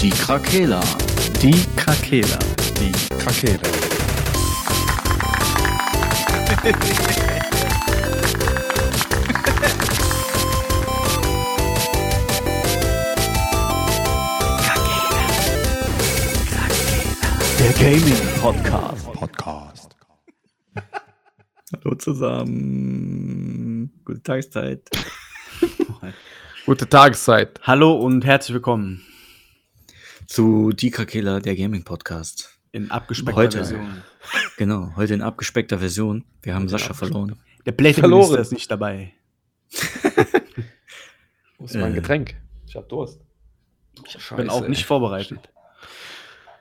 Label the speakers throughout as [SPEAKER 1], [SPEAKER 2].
[SPEAKER 1] Die Krakela.
[SPEAKER 2] Die Krakela.
[SPEAKER 1] Die Krakela.
[SPEAKER 2] Der Gaming Podcast.
[SPEAKER 3] Podcast.
[SPEAKER 2] Hallo zusammen. Gute Tageszeit.
[SPEAKER 4] Gute Tageszeit.
[SPEAKER 5] Hallo und herzlich willkommen
[SPEAKER 1] Zu Die Krakela, der Gaming Podcast.
[SPEAKER 5] in abgespeckter
[SPEAKER 1] Heute.
[SPEAKER 5] Version.
[SPEAKER 1] Genau, heute in abgespeckter Version. Wir haben Sascha verloren.
[SPEAKER 5] Der Playtime-Minister
[SPEAKER 4] Verloren.
[SPEAKER 5] ist nicht dabei.
[SPEAKER 4] Wo ist mein
[SPEAKER 1] Äh.
[SPEAKER 4] Getränk? Ich hab Durst.
[SPEAKER 5] Ich bin auch nicht vorbereitet.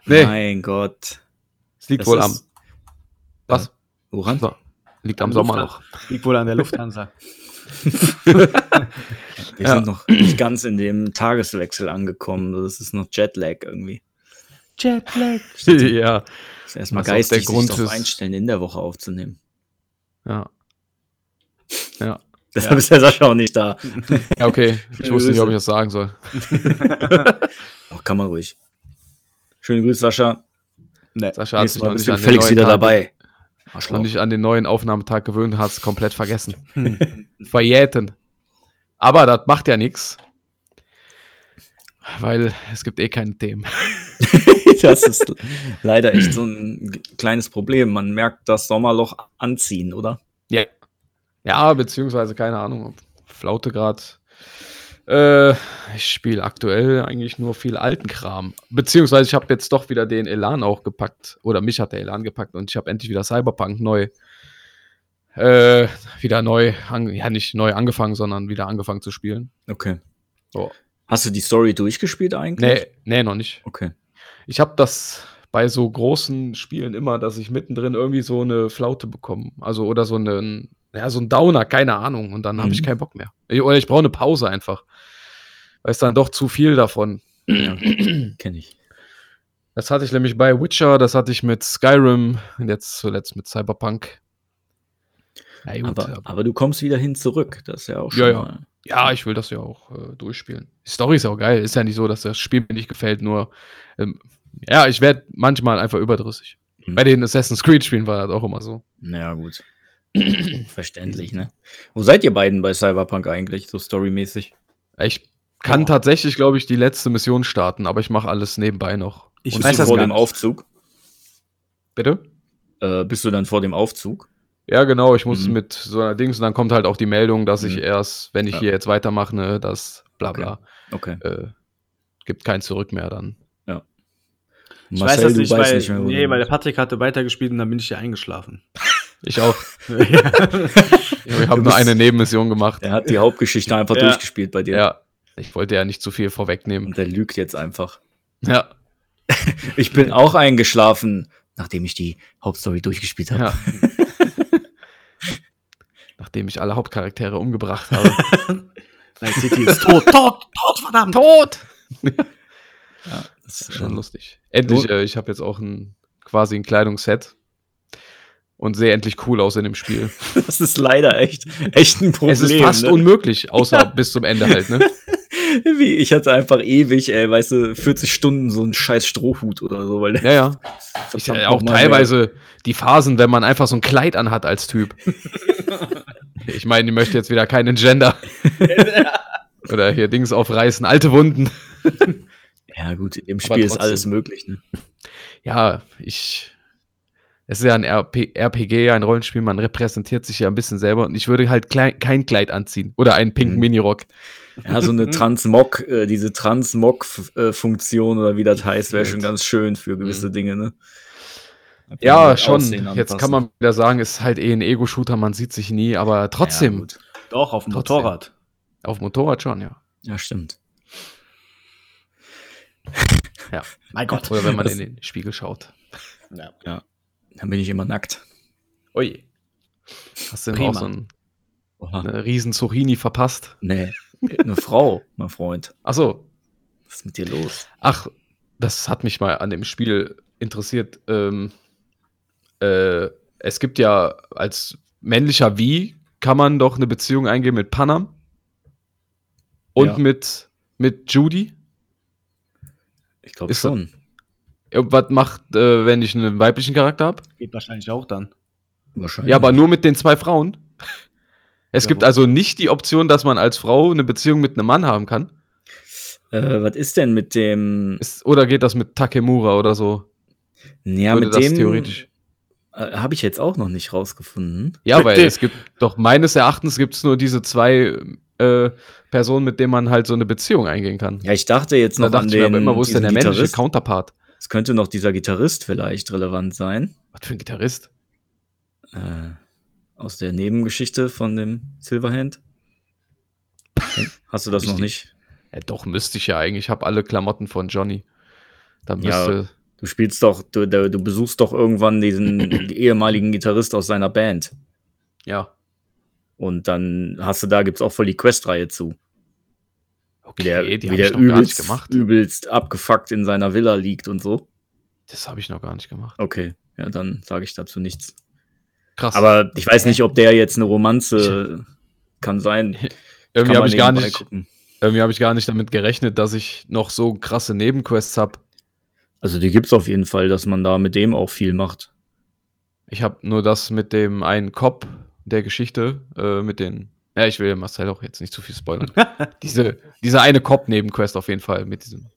[SPEAKER 4] Nee.
[SPEAKER 1] Mein Gott.
[SPEAKER 4] Es liegt
[SPEAKER 1] Das
[SPEAKER 4] wohl
[SPEAKER 1] ist-
[SPEAKER 4] am. Was?
[SPEAKER 1] Woran?
[SPEAKER 4] So. Liegt am Sommer noch.
[SPEAKER 5] Liegt wohl an der Lufthansa.
[SPEAKER 1] Wir
[SPEAKER 4] Ja.
[SPEAKER 1] sind noch nicht ganz in dem Tageswechsel angekommen. Das ist noch Jetlag irgendwie.
[SPEAKER 5] Jetlag.
[SPEAKER 4] ja.
[SPEAKER 1] Das ist erstmal
[SPEAKER 4] Was auch
[SPEAKER 1] geistig,
[SPEAKER 4] der Grund
[SPEAKER 1] sich darauf
[SPEAKER 4] ist.
[SPEAKER 1] einstellen, in der Woche aufzunehmen.
[SPEAKER 4] Ja. Ja.
[SPEAKER 1] Deshalb ist der Sascha auch nicht da.
[SPEAKER 4] Ja, okay. Ich wusste nicht, ob ich das sagen soll.
[SPEAKER 1] Doch, kann man ruhig. Schönen Grüß, Sascha.
[SPEAKER 5] Nee.
[SPEAKER 4] Sascha hat
[SPEAKER 1] Nächstes
[SPEAKER 4] sich
[SPEAKER 1] Mal
[SPEAKER 4] noch
[SPEAKER 1] bist
[SPEAKER 4] nicht
[SPEAKER 1] du
[SPEAKER 4] an den
[SPEAKER 1] Felix
[SPEAKER 4] neuen
[SPEAKER 1] wieder
[SPEAKER 4] Tag,
[SPEAKER 1] dabei.
[SPEAKER 4] Noch
[SPEAKER 1] Arschloch.
[SPEAKER 4] nicht an den neuen Aufnahmetag gewöhnt, hat es komplett vergessen. Hm. Verjäten. Aber das macht ja nichts. Weil es gibt eh keine Themen.
[SPEAKER 1] Das ist leider echt so ein g- kleines Problem. Man merkt das Sommerloch anziehen, oder?
[SPEAKER 4] Ja. Ja, beziehungsweise keine Ahnung. Flaute gerade. Äh, ich spiele aktuell eigentlich nur viel alten Kram. Beziehungsweise ich habe jetzt doch wieder den Elan auch gepackt. Oder mich hat der Elan gepackt und ich habe endlich wieder Cyberpunk neu. Äh, wieder neu. An, ja, nicht neu angefangen, sondern wieder angefangen zu spielen.
[SPEAKER 1] Okay.
[SPEAKER 4] Oh.
[SPEAKER 1] Hast du die Story durchgespielt eigentlich?
[SPEAKER 4] Nee, nee, noch nicht.
[SPEAKER 1] Okay.
[SPEAKER 4] Ich habe das bei so großen Spielen immer, dass ich mittendrin irgendwie so eine Flaute bekomme. Also oder so einen, ja, so ein Downer, keine Ahnung. Und dann habe ich
[SPEAKER 1] Mhm.
[SPEAKER 4] keinen Bock mehr. Ich, oder ich brauche eine Pause einfach. Weil es dann doch zu viel davon.
[SPEAKER 1] Ja, kenne ich.
[SPEAKER 4] Das hatte ich nämlich bei Witcher, das hatte ich mit Skyrim und jetzt zuletzt mit Cyberpunk. Ja, gut,
[SPEAKER 1] Aber,
[SPEAKER 4] aber-
[SPEAKER 1] aber du kommst wieder hin zurück. Das ist ja auch schon.
[SPEAKER 4] Ja, ja.
[SPEAKER 1] mal-
[SPEAKER 4] ja, ich will das ja auch äh, durchspielen. Die Story ist auch geil. Ist ja nicht so, dass das Spiel mir nicht gefällt, nur ähm, ja, ich werde manchmal einfach überdrüssig.
[SPEAKER 1] Mhm.
[SPEAKER 4] Bei den Assassin's Creed-Spielen war das auch immer so.
[SPEAKER 1] Naja, gut. Verständlich, ne? Wo seid ihr beiden bei Cyberpunk eigentlich, so storymäßig?
[SPEAKER 4] Ich kann
[SPEAKER 1] Boah.
[SPEAKER 4] tatsächlich, glaube ich, die letzte Mission starten, aber ich mache alles nebenbei noch.
[SPEAKER 5] Ich
[SPEAKER 1] Und
[SPEAKER 5] weiß
[SPEAKER 1] bist du
[SPEAKER 5] das
[SPEAKER 1] vor
[SPEAKER 5] gar
[SPEAKER 1] dem
[SPEAKER 5] nicht.
[SPEAKER 1] Aufzug?
[SPEAKER 4] Bitte?
[SPEAKER 1] Äh, bist du dann vor dem Aufzug?
[SPEAKER 4] Ja, genau, ich muss
[SPEAKER 1] Mhm.
[SPEAKER 4] mit so einer Dings und dann kommt halt auch die Meldung, dass ich
[SPEAKER 1] Mhm.
[SPEAKER 4] erst, wenn ich
[SPEAKER 1] Ja.
[SPEAKER 4] hier jetzt weitermache, ne, das bla bla,
[SPEAKER 1] Okay.
[SPEAKER 4] äh, gibt kein Zurück mehr dann.
[SPEAKER 5] Ich weiß das
[SPEAKER 1] du
[SPEAKER 5] nicht,
[SPEAKER 1] weißt
[SPEAKER 5] weil,
[SPEAKER 1] mehr, wo
[SPEAKER 5] nee,
[SPEAKER 1] du
[SPEAKER 5] weil der
[SPEAKER 1] bist.
[SPEAKER 5] Patrick hatte weitergespielt und dann bin ich hier eingeschlafen.
[SPEAKER 4] Ich auch.
[SPEAKER 5] ja.
[SPEAKER 4] Ich habe nur
[SPEAKER 1] bist-
[SPEAKER 4] eine Nebenmission gemacht.
[SPEAKER 1] Er hat die Hauptgeschichte einfach
[SPEAKER 5] Ja.
[SPEAKER 1] durchgespielt bei dir.
[SPEAKER 4] Ja. Ich wollte ja nicht zu viel vorwegnehmen.
[SPEAKER 1] Und der lügt jetzt einfach.
[SPEAKER 4] Ja,
[SPEAKER 1] Ich bin auch eingeschlafen, nachdem ich die Hauptstory durchgespielt habe.
[SPEAKER 4] ja. Nachdem ich alle Hauptcharaktere umgebracht habe.
[SPEAKER 5] Nein, City ist tot. Tot, tot, verdammt.
[SPEAKER 4] Tot!
[SPEAKER 1] Das ist
[SPEAKER 4] Schon
[SPEAKER 1] schon lustig.
[SPEAKER 4] lustig. Endlich,
[SPEAKER 1] Nun-
[SPEAKER 4] äh, ich habe jetzt auch ein, quasi ein Kleidungsset und sehe endlich cool aus in dem Spiel.
[SPEAKER 1] Das ist leider echt, echt ein Problem.
[SPEAKER 4] es ist fast
[SPEAKER 1] ne?
[SPEAKER 4] unmöglich, außer bis zum Ende halt, ne?
[SPEAKER 1] Wie, ich hatte einfach ewig, ey, weißt du, 40 Stunden so einen scheiß Strohhut oder so, weil der
[SPEAKER 4] Ja, ja. Ich,
[SPEAKER 1] verdammt
[SPEAKER 4] äh, auch
[SPEAKER 1] nochmal, ey.
[SPEAKER 4] teilweise die Phasen, wenn man einfach so ein Kleid anhat als Typ. ich meine, ich möchte jetzt wieder keinen Gender. Oder hier Dings aufreißen, alte Wunden.
[SPEAKER 1] Ja, gut, im Spiel ist
[SPEAKER 4] trotzdem.
[SPEAKER 1] alles möglich, ne?
[SPEAKER 4] Ja, ich. Es ist ja ein RP, RPG, ein Rollenspiel, man repräsentiert sich ja ein bisschen selber und ich würde halt klein, kein Kleid anziehen oder einen pinken
[SPEAKER 1] Mhm.
[SPEAKER 4] Minirock.
[SPEAKER 1] Ja, so eine Transmog, äh, diese Transmog-Funktion oder wie das heißt, wäre schon ganz schön für gewisse Dinge, ne?
[SPEAKER 4] Ja,
[SPEAKER 1] Einfach
[SPEAKER 4] schon.
[SPEAKER 1] Aussehen
[SPEAKER 4] Jetzt
[SPEAKER 1] anpassen.
[SPEAKER 4] kann man wieder sagen, ist halt eh ein Ego-Shooter, man sieht sich nie, aber
[SPEAKER 1] Ja,
[SPEAKER 4] trotzdem,
[SPEAKER 1] gut.
[SPEAKER 5] Doch, auf dem
[SPEAKER 4] Trotzdem.
[SPEAKER 5] Motorrad.
[SPEAKER 4] auf dem Motorrad schon, ja.
[SPEAKER 1] ja, stimmt.
[SPEAKER 5] Mein Gott.
[SPEAKER 4] Oder wenn man
[SPEAKER 1] Das-
[SPEAKER 4] in den Spiegel schaut.
[SPEAKER 1] Dann bin ich immer nackt.
[SPEAKER 4] Oje. Hast du denn
[SPEAKER 5] Prima.
[SPEAKER 4] auch so ein,
[SPEAKER 1] Oha.
[SPEAKER 4] eine riesen Zucchini verpasst?
[SPEAKER 1] Ne, Nee, eine Frau, mein Freund.
[SPEAKER 4] Ach so.
[SPEAKER 1] Was ist mit dir los?
[SPEAKER 4] Ach, das hat mich mal an dem Spiel interessiert. Ähm, äh, es gibt ja als männlicher Wie kann man doch eine Beziehung eingehen mit Panam und
[SPEAKER 1] Ja.
[SPEAKER 4] mit, mit Judy.
[SPEAKER 1] Ich glaube
[SPEAKER 4] Ist so.
[SPEAKER 1] schon.
[SPEAKER 4] Ja, Was macht, äh, wenn ich einen weiblichen Charakter habe?
[SPEAKER 5] Geht wahrscheinlich auch dann.
[SPEAKER 1] Wahrscheinlich.
[SPEAKER 4] Ja, aber nur mit den zwei Frauen. Es
[SPEAKER 5] Ja,
[SPEAKER 4] gibt
[SPEAKER 5] wo-
[SPEAKER 4] also nicht die Option, dass man als Frau eine Beziehung mit einem Mann haben kann.
[SPEAKER 1] Äh, was ist denn mit dem.
[SPEAKER 4] Ist, oder geht das mit Takemura oder so?
[SPEAKER 1] Ja,
[SPEAKER 4] Würde
[SPEAKER 1] mit
[SPEAKER 4] das
[SPEAKER 1] dem.
[SPEAKER 4] theoretisch-
[SPEAKER 1] Äh, Habe ich jetzt auch noch nicht rausgefunden.
[SPEAKER 4] Ja,
[SPEAKER 5] Mit
[SPEAKER 4] weil
[SPEAKER 5] dem-
[SPEAKER 4] es gibt doch meines Erachtens gibt es nur diese zwei äh, Personen, mit denen man halt so eine Beziehung eingehen kann.
[SPEAKER 1] Ja, ich dachte jetzt
[SPEAKER 4] da
[SPEAKER 1] noch
[SPEAKER 4] dachte
[SPEAKER 1] an
[SPEAKER 4] ich
[SPEAKER 1] den.
[SPEAKER 4] mir aber immer, wo ist denn der
[SPEAKER 1] diesen
[SPEAKER 4] männliche
[SPEAKER 1] Gitarrist.
[SPEAKER 4] Counterpart?
[SPEAKER 1] Es könnte noch dieser Gitarrist vielleicht relevant sein.
[SPEAKER 4] Was für ein Gitarrist?
[SPEAKER 1] Äh, aus der Nebengeschichte von dem Silverhand. Hast du das noch nicht?
[SPEAKER 4] Ja, doch, müsste ich ja eigentlich. Ich habe alle Klamotten von Johnny. Da
[SPEAKER 1] Ja.
[SPEAKER 4] müsste.
[SPEAKER 1] Du spielst doch, du, du du besuchst doch irgendwann diesen ehemaligen Gitarrist aus seiner Band.
[SPEAKER 4] Ja.
[SPEAKER 1] Und dann hast du da, gibt's auch voll die Questreihe zu. Wie der,
[SPEAKER 4] Okay, die
[SPEAKER 1] wie
[SPEAKER 4] habe ich
[SPEAKER 1] der
[SPEAKER 4] noch gar nicht
[SPEAKER 1] übelst,
[SPEAKER 4] gemacht.
[SPEAKER 1] übelst abgefuckt in seiner Villa liegt und so.
[SPEAKER 4] Das habe ich noch gar nicht gemacht.
[SPEAKER 1] Okay, ja, dann sage ich dazu nichts.
[SPEAKER 4] Krass.
[SPEAKER 1] Aber ich weiß nicht, ob der jetzt eine Romanze kann sein. Kann
[SPEAKER 4] irgendwie
[SPEAKER 1] man
[SPEAKER 4] habe ich, gar
[SPEAKER 1] nebenbei
[SPEAKER 4] nicht-
[SPEAKER 1] gucken.
[SPEAKER 4] irgendwie hab ich gar nicht damit gerechnet, dass ich noch so krasse Nebenquests habe.
[SPEAKER 1] Also die gibt's auf jeden Fall, dass man da mit dem auch viel macht.
[SPEAKER 4] Ich habe nur das mit dem einen Cop der Geschichte, äh, mit den. Ja, ich will Marcel auch jetzt nicht zu viel spoilern. diese, diese eine Cop-Nebenquest auf jeden Fall mit diesem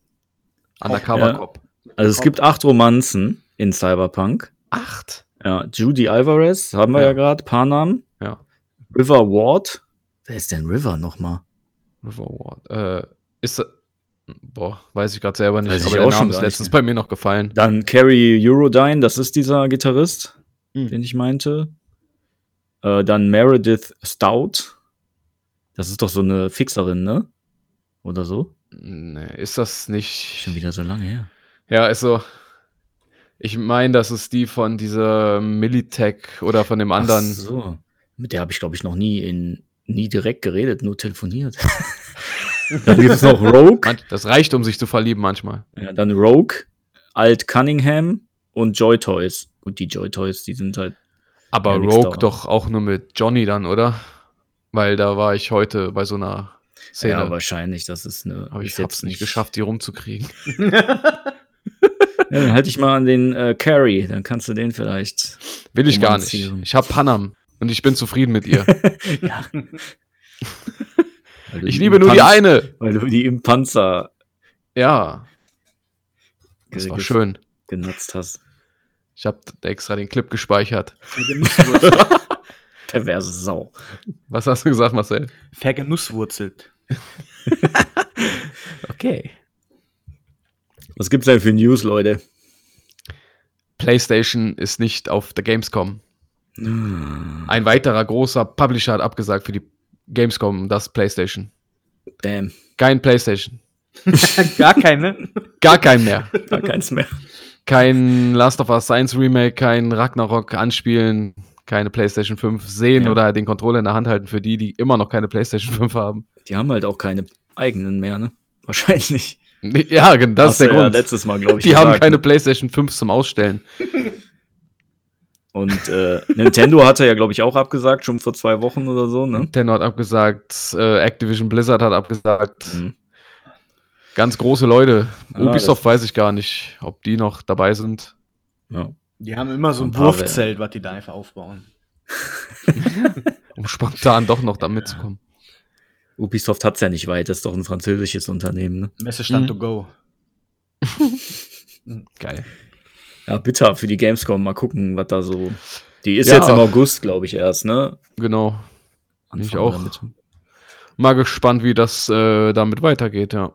[SPEAKER 4] Undercover-Cop.
[SPEAKER 1] Also es gibt acht Romanzen in Cyberpunk.
[SPEAKER 4] Acht?
[SPEAKER 1] Ja, Judy Alvarez haben wir
[SPEAKER 4] Ja.
[SPEAKER 1] ja, gerade, Panam.
[SPEAKER 4] Ja.
[SPEAKER 1] River Ward. Wer ist denn River nochmal?
[SPEAKER 4] Riverward. Äh, ist. da- Boah, weiß ich gerade selber nicht,
[SPEAKER 1] Weiß ich
[SPEAKER 4] aber der
[SPEAKER 1] auch
[SPEAKER 4] Name
[SPEAKER 1] schon
[SPEAKER 4] ist
[SPEAKER 1] gar nicht
[SPEAKER 4] letztens
[SPEAKER 1] mehr.
[SPEAKER 4] bei mir noch gefallen.
[SPEAKER 1] Dann Carrie Eurodyne, das ist dieser Gitarrist,
[SPEAKER 4] Mhm.
[SPEAKER 1] den ich meinte. Äh, dann Meredith Stout. Das ist doch so eine Fixerin, ne? Oder so?
[SPEAKER 4] Nee, ist das nicht.
[SPEAKER 1] Schon wieder so lange her.
[SPEAKER 4] Ja, ist so. Ich meine, das ist die von dieser Militech oder von dem anderen.
[SPEAKER 1] Ach so. Mit der habe ich, glaube ich, noch nie in nie direkt geredet, nur telefoniert. dann gibt es noch Rogue.
[SPEAKER 4] Man- Das reicht, um sich zu verlieben manchmal.
[SPEAKER 1] Ja, dann Rogue, Alt Cunningham und Joy Toys. Gut, die Joy Toys, die sind halt.
[SPEAKER 4] Aber
[SPEAKER 1] Ja, nix
[SPEAKER 4] Rogue
[SPEAKER 1] dauert.
[SPEAKER 4] doch auch nur mit Johnny dann, oder? Weil da war ich heute bei so einer Szene.
[SPEAKER 1] Ja, wahrscheinlich, das ist eine.
[SPEAKER 4] aber ich
[SPEAKER 1] ist
[SPEAKER 4] hab's
[SPEAKER 1] jetzt
[SPEAKER 4] nicht geschafft, die rumzukriegen.
[SPEAKER 1] Ja, dann halte ich mal an den äh, Carrie, dann kannst du den vielleicht.
[SPEAKER 4] Will
[SPEAKER 1] um
[SPEAKER 4] ich gar nicht.
[SPEAKER 1] Romantisierung.
[SPEAKER 4] Ich hab Panam und ich bin zufrieden mit ihr.
[SPEAKER 1] weil du
[SPEAKER 4] Ich
[SPEAKER 1] im
[SPEAKER 4] liebe nur die
[SPEAKER 1] Panz-
[SPEAKER 4] eine.
[SPEAKER 1] Weil du die im Panzer
[SPEAKER 4] Ja, das war
[SPEAKER 1] ge-
[SPEAKER 4] schön.
[SPEAKER 1] genutzt hast.
[SPEAKER 4] Ich hab extra den Clip gespeichert.
[SPEAKER 5] Vergenusswurzelt.
[SPEAKER 1] Perverse Sau.
[SPEAKER 4] Was hast du gesagt, Marcel?
[SPEAKER 5] Vergenusswurzelt.
[SPEAKER 1] Okay. Was gibt's denn für News, Leute?
[SPEAKER 4] PlayStation ist nicht auf der Gamescom.
[SPEAKER 1] Hm,
[SPEAKER 4] Ein weiterer großer Publisher hat abgesagt für die Gamescom, das PlayStation.
[SPEAKER 1] Damn,
[SPEAKER 4] Kein PlayStation.
[SPEAKER 5] Gar keine.
[SPEAKER 4] Gar kein mehr.
[SPEAKER 1] gar keins mehr.
[SPEAKER 4] Kein Last of Us Science Remake, kein Ragnarok anspielen, keine PlayStation 5 sehen
[SPEAKER 1] Ja.
[SPEAKER 4] oder den Controller in der Hand halten für die, die immer noch keine PlayStation 5 haben.
[SPEAKER 1] Die haben halt auch keine eigenen mehr, ne? Wahrscheinlich.
[SPEAKER 4] Ja, gen- das
[SPEAKER 1] Hast
[SPEAKER 4] ist der
[SPEAKER 1] du ja
[SPEAKER 4] Grund.
[SPEAKER 1] letztes Mal, glaube ich.
[SPEAKER 4] die haben
[SPEAKER 1] gesagt,
[SPEAKER 4] keine
[SPEAKER 1] ne?
[SPEAKER 4] PlayStation 5 zum Ausstellen.
[SPEAKER 1] Und äh, Nintendo hatte ja, glaube ich, auch abgesagt, schon vor zwei Wochen oder so, ne?
[SPEAKER 4] Nintendo hat abgesagt, äh, Activision Blizzard hat abgesagt.
[SPEAKER 1] Mhm.
[SPEAKER 4] Ganz große Leute.
[SPEAKER 1] Ja,
[SPEAKER 4] Ubisoft weiß ich gar nicht, ob die noch dabei sind.
[SPEAKER 1] Ja.
[SPEAKER 5] Die haben immer so ein
[SPEAKER 1] Ein paar
[SPEAKER 5] Wurfzelt, was die da einfach aufbauen.
[SPEAKER 4] um spontan doch noch da mitzukommen.
[SPEAKER 1] Ubisoft hat's ja nicht weit, das ist doch ein französisches Unternehmen, ne?
[SPEAKER 5] Messestand
[SPEAKER 4] Mhm.
[SPEAKER 5] to go.
[SPEAKER 4] Geil.
[SPEAKER 1] Ja, bitter für die Gamescom. Mal gucken, was da so. Die ist
[SPEAKER 4] Ja.
[SPEAKER 1] jetzt im August, glaube ich, erst, ne?
[SPEAKER 4] Genau. Bin ich
[SPEAKER 1] Anfang
[SPEAKER 4] auch.
[SPEAKER 1] damit.
[SPEAKER 4] Mal gespannt, wie das äh, damit weitergeht, ja.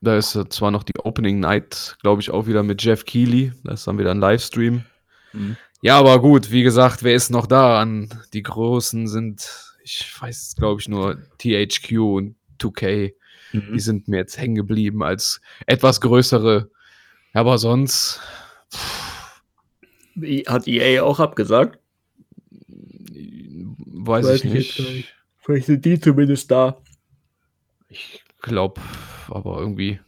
[SPEAKER 4] Da ist äh, zwar noch die Opening Night, glaube ich, auch wieder mit Jeff Keighley. Da ist dann wieder ein Livestream.
[SPEAKER 1] Mhm.
[SPEAKER 4] Ja, aber gut, wie gesagt, wer ist noch da? An die Großen sind, ich weiß, glaube ich, nur THQ und 2K. Die
[SPEAKER 1] Mhm.
[SPEAKER 4] sind mir jetzt hängen geblieben als etwas größere. Aber sonst,
[SPEAKER 1] I- E- Hat EA auch abgesagt?
[SPEAKER 4] weiß,
[SPEAKER 1] Weiß
[SPEAKER 4] ich
[SPEAKER 1] ich jetzt
[SPEAKER 4] nicht.
[SPEAKER 1] gar nicht. Vielleicht sind die zumindest da.
[SPEAKER 4] Ich glaube, aber irgendwie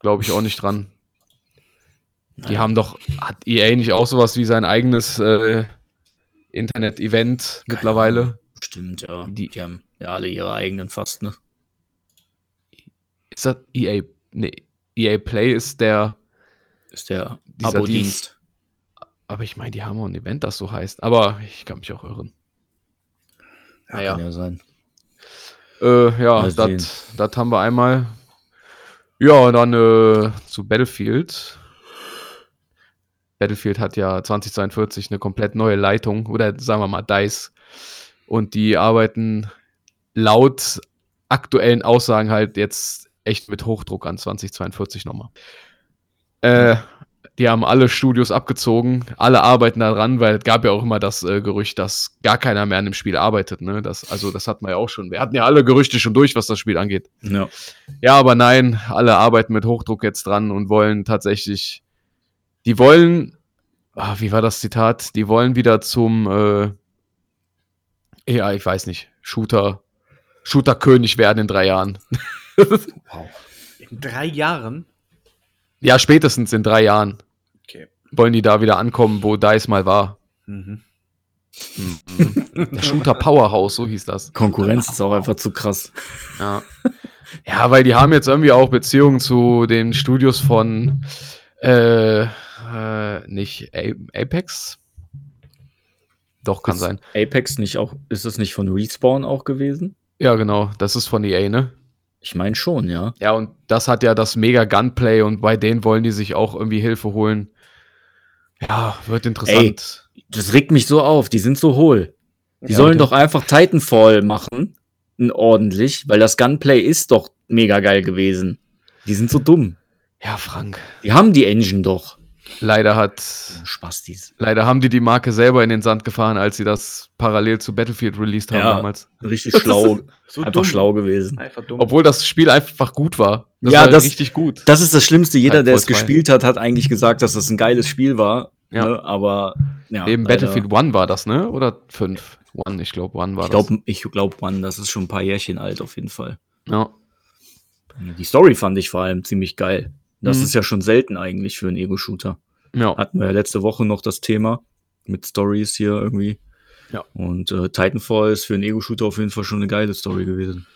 [SPEAKER 4] glaube ich auch nicht dran. Die haben doch, hat EA nicht auch sowas wie sein eigenes äh, Internet-Event
[SPEAKER 1] Keine
[SPEAKER 4] mittlerweile?
[SPEAKER 1] Stimmt, ja.
[SPEAKER 4] Die-
[SPEAKER 1] Die, haben ja alle ihre eigenen fast, ne?
[SPEAKER 4] Ist das EA? E Nee, EA Play ist der,
[SPEAKER 1] Ist der
[SPEAKER 4] Dieser
[SPEAKER 1] Abo-Dienst.
[SPEAKER 4] aber ich meine, die haben auch ein Event, das so heißt. Aber ich kann mich auch irren.
[SPEAKER 1] Ja,
[SPEAKER 4] naja.
[SPEAKER 1] kann ja sein.
[SPEAKER 4] Äh, ja,
[SPEAKER 1] Mal sehen.
[SPEAKER 4] das das haben wir einmal. Ja, und dann äh, zu Battlefield. Battlefield hat ja 2042 eine komplett neue Leitung oder sagen wir mal DICE. Und die arbeiten laut aktuellen Aussagen halt jetzt echt mit Hochdruck an 2042 nochmal. Äh, die haben alle Studios abgezogen, alle arbeiten daran, weil es gab ja auch immer das äh, Gerücht, dass gar keiner mehr an dem Spiel arbeitet. Ne? Das, also das hatten wir ja auch schon. Wir hatten ja alle Gerüchte schon durch, was das Spiel angeht.
[SPEAKER 1] Ja.
[SPEAKER 4] Ja, aber nein, alle arbeiten mit Hochdruck jetzt dran und wollen tatsächlich, die wollen, ah, wie war das Zitat? Die wollen wieder zum, äh, ja, ich weiß nicht, Shooter, Shooter-König werden in drei Jahren.
[SPEAKER 5] In drei Jahren.
[SPEAKER 4] Ja, spätestens in drei Jahren
[SPEAKER 5] Okay.
[SPEAKER 4] wollen die da wieder ankommen, wo DICE mal war.
[SPEAKER 5] Mhm.
[SPEAKER 4] Der Shooter Powerhouse, so hieß das.
[SPEAKER 1] Konkurrenz ist auch einfach zu krass.
[SPEAKER 4] Ja. ja, weil die haben jetzt irgendwie auch Beziehungen zu den Studios von äh, äh, nicht A- Apex. Doch, kann
[SPEAKER 1] Ist
[SPEAKER 4] sein.
[SPEAKER 1] Apex nicht auch, ist es nicht von Respawn auch gewesen?
[SPEAKER 4] Ja, genau. Das ist von EA, ne?
[SPEAKER 1] Ich meine schon, ja.
[SPEAKER 4] Ja, und das hat ja das mega Gunplay und bei denen wollen die sich auch irgendwie Hilfe holen. Ja, wird interessant.
[SPEAKER 1] Das regt mich so auf, die sind so hohl. Die
[SPEAKER 4] Ja,
[SPEAKER 1] sollen
[SPEAKER 4] okay.
[SPEAKER 1] doch einfach Titanfall machen, n- ordentlich, weil das Gunplay ist doch mega geil gewesen. Die sind so dumm.
[SPEAKER 4] Ja, Frank.
[SPEAKER 1] Die haben die Engine doch.
[SPEAKER 4] Leider hat.
[SPEAKER 1] Spastis.
[SPEAKER 4] Leider haben die die Marke selber in den Sand gefahren, als sie das parallel zu Battlefield released haben
[SPEAKER 1] Ja.
[SPEAKER 4] damals.
[SPEAKER 1] Richtig schlau,
[SPEAKER 5] So
[SPEAKER 1] einfach
[SPEAKER 5] dumm.
[SPEAKER 1] schlau gewesen.
[SPEAKER 5] Einfach dumm.
[SPEAKER 4] Obwohl das Spiel einfach gut war.
[SPEAKER 1] Ja,
[SPEAKER 4] war
[SPEAKER 1] das-
[SPEAKER 4] richtig gut.
[SPEAKER 1] Das ist das Schlimmste. Jeder, der es
[SPEAKER 4] Titanfall 2.
[SPEAKER 1] gespielt hat, hat eigentlich gesagt, dass das ein geiles Spiel war.
[SPEAKER 4] Ja.
[SPEAKER 1] Ne? Aber ja,
[SPEAKER 4] Neben
[SPEAKER 1] leider.
[SPEAKER 4] Battlefield 1 war das, ne? Oder 5? One, ich glaube, One war
[SPEAKER 1] Ich glaube, ich glaub, Mann, das ist schon ein paar Jährchen alt auf jeden Fall.
[SPEAKER 4] das. Ja.
[SPEAKER 1] Die Story fand ich vor allem ziemlich geil. Das
[SPEAKER 4] Mhm.
[SPEAKER 1] ist ja schon selten eigentlich für einen Ego-Shooter.
[SPEAKER 4] ja.
[SPEAKER 1] Hatten wir ja letzte Woche noch das Thema mit Stories hier irgendwie.
[SPEAKER 4] Ja.
[SPEAKER 1] Und äh, Titanfall ist für einen Ego-Shooter auf jeden Fall schon eine geile Story gewesen.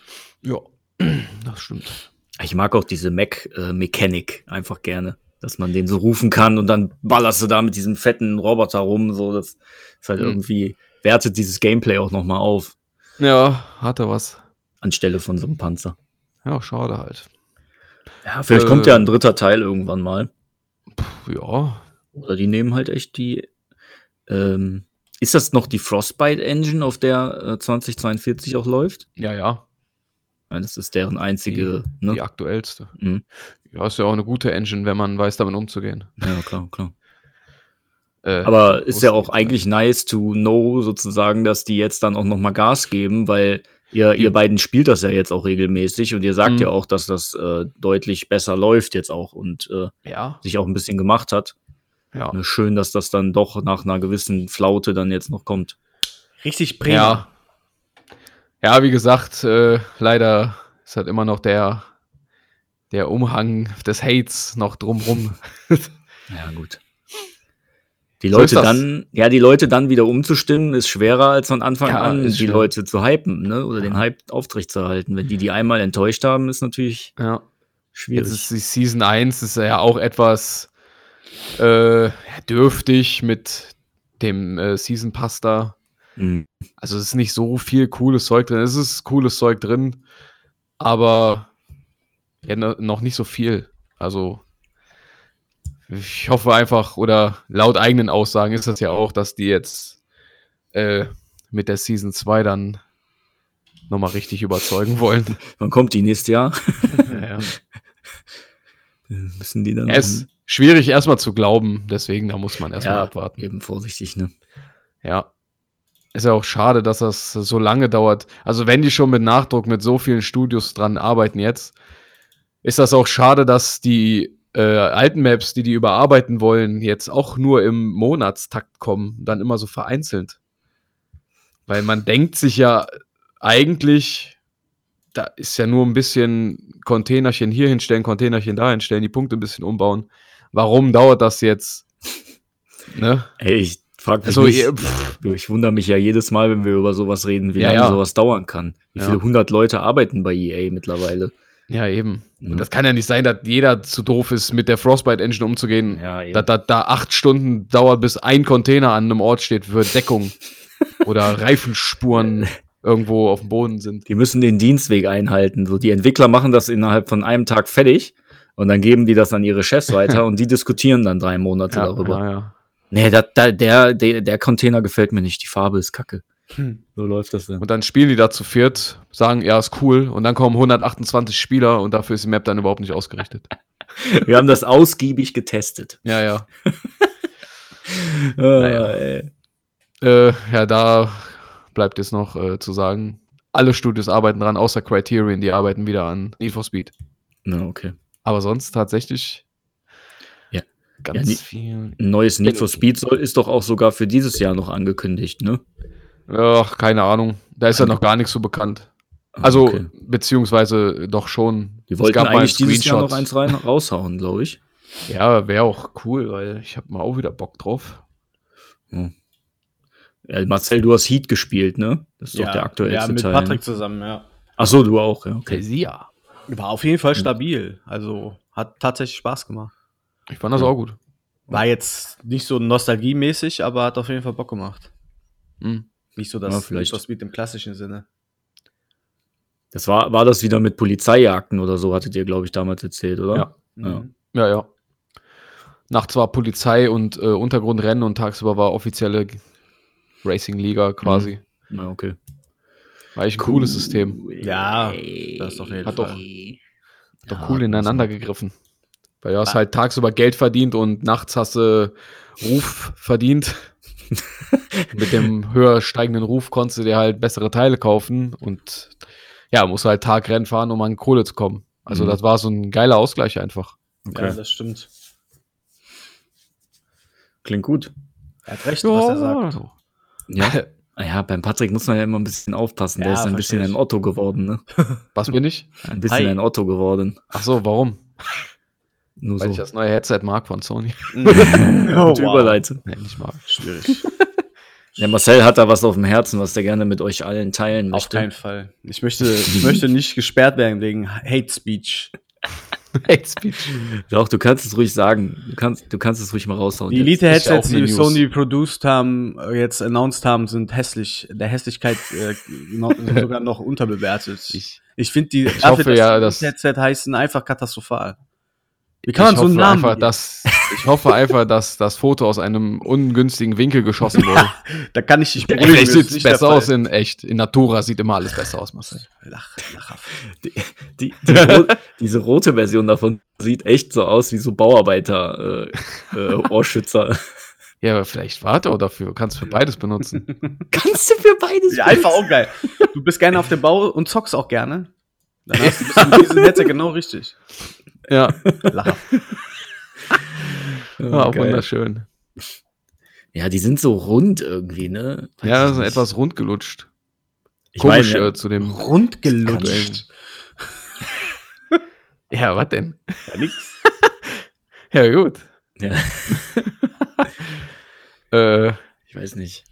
[SPEAKER 4] Ja. Das stimmt.
[SPEAKER 1] Ich mag auch diese Mac-Mechanik einfach gerne, dass man den so rufen kann und dann ballerst du da mit diesem fetten Roboter rum. So, das ist halt
[SPEAKER 4] Mhm.
[SPEAKER 1] irgendwie, wertet dieses Gameplay auch nochmal auf,
[SPEAKER 4] Ja, hatte was.
[SPEAKER 1] anstelle von so einem Panzer.
[SPEAKER 4] Ja, schade halt.
[SPEAKER 1] Ja, vielleicht
[SPEAKER 4] äh,
[SPEAKER 1] kommt ja ein dritter Teil irgendwann mal.
[SPEAKER 4] Puh, ja.
[SPEAKER 1] Oder die nehmen halt echt die. Ähm, ist das noch die Frostbite-Engine, auf der äh, 2042 auch läuft?
[SPEAKER 4] Ja, ja.
[SPEAKER 1] Nein, das ist deren einzige. ne?
[SPEAKER 4] Die aktuellste.
[SPEAKER 1] Mhm.
[SPEAKER 4] Ja, ist ja auch eine gute Engine, wenn man weiß, damit umzugehen.
[SPEAKER 1] ja, klar, klar.
[SPEAKER 4] Äh,
[SPEAKER 1] Aber ist ja
[SPEAKER 4] wusste
[SPEAKER 1] auch
[SPEAKER 4] ich,
[SPEAKER 1] eigentlich nice to know, sozusagen, dass die jetzt dann auch nochmal Gas geben, weil ihr,
[SPEAKER 4] Ja.
[SPEAKER 1] ihr beiden spielt das ja jetzt auch regelmäßig und ihr sagt
[SPEAKER 4] Mhm.
[SPEAKER 1] ja auch, dass das äh, deutlich besser läuft jetzt auch und äh,
[SPEAKER 4] Ja.
[SPEAKER 1] sich auch ein bisschen gemacht hat.
[SPEAKER 4] Ja.
[SPEAKER 1] Ne, Schön, dass das dann doch nach einer gewissen Flaute dann jetzt noch kommt.
[SPEAKER 5] Richtig prima.
[SPEAKER 4] Ja. Ja, wie gesagt, äh, leider ist halt immer noch der, der Umhang des Hates noch drumrum.
[SPEAKER 1] Ja, gut. Die
[SPEAKER 4] So
[SPEAKER 1] Leute
[SPEAKER 4] ist das.
[SPEAKER 1] dann, ja, die Leute dann wieder umzustimmen, ist schwerer als von Anfang
[SPEAKER 4] Ja,
[SPEAKER 1] an, die
[SPEAKER 4] ist schwer.
[SPEAKER 1] Leute zu hypen, ne? Oder den
[SPEAKER 4] Ja.
[SPEAKER 1] Hype aufrechtzuerhalten. Wenn die die einmal enttäuscht haben, ist natürlich
[SPEAKER 4] ja.
[SPEAKER 1] schwierig.
[SPEAKER 4] Jetzt ist die Season 1 ist ja auch etwas äh, ja, dürftig mit dem äh, Season Pass da.
[SPEAKER 1] Mhm.
[SPEAKER 4] Also es ist nicht so viel cooles Zeug drin. Es ist cooles Zeug drin, aber ja, no- noch nicht so viel. Also ich hoffe einfach, oder laut eigenen Aussagen ist das ja auch, dass die jetzt äh, mit der Season 2 dann nochmal richtig überzeugen wollen.
[SPEAKER 1] Wann kommt die nächstes Jahr?
[SPEAKER 4] ja.
[SPEAKER 1] Müssen die dann
[SPEAKER 4] Ja, ist
[SPEAKER 1] noch-
[SPEAKER 4] schwierig erstmal zu glauben, deswegen da muss man erstmal
[SPEAKER 1] Ja.
[SPEAKER 4] abwarten.
[SPEAKER 1] eben vorsichtig, ne?
[SPEAKER 4] Ja. Ist ja auch schade, dass das so lange dauert. Also, wenn die schon mit Nachdruck mit so vielen Studios dran arbeiten jetzt, ist das auch schade, dass die äh, alten Maps, die die überarbeiten wollen, jetzt auch nur im Monatstakt kommen, dann immer so vereinzelt. Weil man denkt sich ja eigentlich, da ist ja nur ein bisschen Containerchen hier hinstellen, Containerchen da hinstellen, die Punkte ein bisschen umbauen. Warum dauert das jetzt? Ne?
[SPEAKER 1] Ey, ich frag mich
[SPEAKER 4] Also,
[SPEAKER 1] nicht.
[SPEAKER 4] ihr, pff,
[SPEAKER 1] Ich wundere mich ja jedes Mal, wenn wir über sowas reden, wie
[SPEAKER 4] Ja,
[SPEAKER 1] lange
[SPEAKER 4] ja.
[SPEAKER 1] sowas dauern kann. Wie
[SPEAKER 4] Ja.
[SPEAKER 1] viele hundert Leute arbeiten bei EA E mittlerweile?
[SPEAKER 4] Ja, eben.
[SPEAKER 1] Mhm.
[SPEAKER 4] Und das kann ja nicht sein, dass jeder zu doof ist, mit der Frostbite-Engine umzugehen.
[SPEAKER 1] Ja, eben.
[SPEAKER 4] Dass das da acht Stunden dauert, bis ein Container an einem Ort steht für Deckung. oder Reifenspuren irgendwo auf dem Boden sind.
[SPEAKER 1] Die müssen den Dienstweg einhalten. So, die Entwickler machen das innerhalb von einem Tag fertig und dann geben die das an ihre Chefs weiter und die diskutieren dann drei Monate darüber.
[SPEAKER 4] ja, ja.
[SPEAKER 1] Nee, da, da, der, der, der Container gefällt mir nicht. Die Farbe ist kacke.
[SPEAKER 4] Hm.
[SPEAKER 1] So läuft das dann.
[SPEAKER 4] Und dann spielen die da zu viert, sagen, ja, ist cool. Und dann kommen 128 Spieler und dafür ist die Map dann überhaupt nicht ausgerichtet.
[SPEAKER 1] Wir haben das ausgiebig getestet.
[SPEAKER 4] Ja, ja. Ah,
[SPEAKER 1] Naja. Äh,
[SPEAKER 4] Äh, ja, da bleibt jetzt noch äh, zu sagen, alle Studios arbeiten dran, außer Criterion, die arbeiten wieder an Need for Speed.
[SPEAKER 1] na, okay.
[SPEAKER 4] Aber sonst tatsächlich
[SPEAKER 1] Ja.
[SPEAKER 4] ganz
[SPEAKER 1] Ja, die-
[SPEAKER 4] viel.
[SPEAKER 1] Ein neues Need for Speed soll, ist doch auch sogar für dieses Jahr noch angekündigt, ne?
[SPEAKER 4] Ach, keine Ahnung. Da ist ja noch gar nichts so bekannt. Also,
[SPEAKER 1] Ah, okay.
[SPEAKER 4] beziehungsweise doch schon.
[SPEAKER 1] die wollten
[SPEAKER 4] mal
[SPEAKER 1] eigentlich dieses Jahr noch
[SPEAKER 4] Screenshot.
[SPEAKER 1] eins rein, raushauen, glaube ich.
[SPEAKER 4] Ja, wäre auch cool, weil ich habe mal auch wieder Bock drauf.
[SPEAKER 1] Ja, Marcel, du hast Heat gespielt, ne? Das ist doch der aktuellste
[SPEAKER 5] Ja, mit
[SPEAKER 1] Teil. ne?
[SPEAKER 5] Patrick zusammen, ja.
[SPEAKER 1] Ach so, du auch, ja, okay.
[SPEAKER 4] Ja.
[SPEAKER 5] War auf jeden Fall
[SPEAKER 1] Hm.
[SPEAKER 5] stabil. Also hat tatsächlich Spaß gemacht.
[SPEAKER 4] Ich fand das auch gut.
[SPEAKER 5] War jetzt nicht so nostalgiemäßig, aber hat auf jeden Fall Bock gemacht.
[SPEAKER 4] Hm.
[SPEAKER 5] Nicht so
[SPEAKER 1] Ja,
[SPEAKER 5] das
[SPEAKER 1] vielleicht.
[SPEAKER 5] Need for Speed im klassischen Sinne.
[SPEAKER 1] Das war, war das wieder mit Polizeijagden oder so, hattet ihr, glaube ich, damals erzählt, oder?
[SPEAKER 4] Ja.
[SPEAKER 1] Ja.
[SPEAKER 5] Mhm.
[SPEAKER 4] Ja, ja. Nachts war Polizei und äh, Untergrundrennen und tagsüber war offizielle G- Racing-Liga quasi.
[SPEAKER 1] Na, okay.
[SPEAKER 4] War echt ein cooles System.
[SPEAKER 5] Ja, das ist auf jeden
[SPEAKER 4] Hat
[SPEAKER 5] Fall.
[SPEAKER 4] doch- Hat Doch
[SPEAKER 1] Ja,
[SPEAKER 4] cool
[SPEAKER 1] hat man
[SPEAKER 4] ineinander
[SPEAKER 1] so.
[SPEAKER 4] gegriffen. Weil du hast halt tagsüber Geld verdient und nachts hast du Ruf verdient. Mit dem höher steigenden Ruf konntest du dir halt bessere Teile kaufen und ja, musst halt Tagrennen fahren, um an Kohle zu kommen. Also
[SPEAKER 1] Mhm.
[SPEAKER 4] das war so ein geiler Ausgleich einfach.
[SPEAKER 1] Okay.
[SPEAKER 5] Ja, das stimmt.
[SPEAKER 1] Klingt gut.
[SPEAKER 5] Er hat recht, was er sagt.
[SPEAKER 1] Ja. Ah ja, beim Patrick muss man ja immer ein bisschen aufpassen. Der
[SPEAKER 5] Ja,
[SPEAKER 1] ist ein
[SPEAKER 5] verstehe
[SPEAKER 1] bisschen ein
[SPEAKER 5] ich.
[SPEAKER 1] Otto geworden, ne?
[SPEAKER 4] Was bin ich?
[SPEAKER 1] Ein bisschen
[SPEAKER 5] Hi.
[SPEAKER 1] ein Otto geworden.
[SPEAKER 4] Ach so, warum? Also
[SPEAKER 1] Nur
[SPEAKER 4] Weil
[SPEAKER 1] so.
[SPEAKER 4] ich das neue Headset mag von Sony.
[SPEAKER 5] oh,
[SPEAKER 1] Gute Überleitung.
[SPEAKER 4] Nee, nicht mag.
[SPEAKER 5] Schwierig.
[SPEAKER 1] Der Marcel hat da was auf dem Herzen, was der gerne mit euch allen teilen
[SPEAKER 5] Auf
[SPEAKER 1] möchte.
[SPEAKER 5] keinen Fall. Ich möchte, ich möchte nicht gesperrt werden wegen Hate Speech.
[SPEAKER 4] Hate Speech.
[SPEAKER 1] Doch, du kannst es ruhig sagen. Du kannst, du kannst es ruhig mal raushauen.
[SPEAKER 5] Die
[SPEAKER 1] jetzt.
[SPEAKER 4] ist ja auch
[SPEAKER 5] Elite-Headsets,
[SPEAKER 4] eine
[SPEAKER 5] die
[SPEAKER 4] News.
[SPEAKER 5] Sony produced haben, äh, jetzt announced haben, sind hässlich, der Hässlichkeit äh, noch, sind sogar noch unterbewertet. Ich,
[SPEAKER 4] Ich,
[SPEAKER 5] finde die, ich
[SPEAKER 4] hoffe ja, dass-
[SPEAKER 5] Headset heißen einfach katastrophal. Wie
[SPEAKER 4] ich,
[SPEAKER 5] kann man so einen
[SPEAKER 4] hoffe
[SPEAKER 5] Namen?
[SPEAKER 4] einfach, dass, ich hoffe einfach, dass das Foto aus einem ungünstigen Winkel geschossen wurde.
[SPEAKER 5] geben? da kann ich dich beruhigen.
[SPEAKER 4] Vielleicht
[SPEAKER 5] das
[SPEAKER 4] sieht
[SPEAKER 5] ist
[SPEAKER 4] es
[SPEAKER 5] nicht der
[SPEAKER 4] besser
[SPEAKER 5] Fall.
[SPEAKER 4] aus in echt. In Natura sieht immer alles besser aus, Marcel.
[SPEAKER 5] Lach, lachhaft.
[SPEAKER 1] Die, die ro diese rote Version davon sieht echt so aus wie so Bauarbeiter äh, äh, Ohrschützer.
[SPEAKER 4] Ja, aber vielleicht warte auch dafür. Kannst für beides benutzen.
[SPEAKER 1] Kannst du für beides
[SPEAKER 5] Ja, einfach auch geil. Du bist gerne auf dem Bau und zockst auch gerne. Dann hast du bist du mit diesem Headset genau richtig.
[SPEAKER 4] ja,
[SPEAKER 5] Lachhaft.
[SPEAKER 1] Ja,
[SPEAKER 4] war auch
[SPEAKER 1] geil.
[SPEAKER 4] wunderschön.
[SPEAKER 1] Ah, Ja, die sind so rund irgendwie, ne? Weiß
[SPEAKER 4] Ja,
[SPEAKER 1] ich
[SPEAKER 4] so
[SPEAKER 1] nicht.
[SPEAKER 4] etwas rundgelutscht.
[SPEAKER 1] Ich
[SPEAKER 4] Komisch
[SPEAKER 1] meine,
[SPEAKER 4] äh, zu dem.
[SPEAKER 5] Rundgelutscht.
[SPEAKER 4] Ja, was denn?
[SPEAKER 5] Ja, nix.
[SPEAKER 4] Ja, gut.
[SPEAKER 1] Ja.
[SPEAKER 4] äh,
[SPEAKER 1] ich weiß nicht.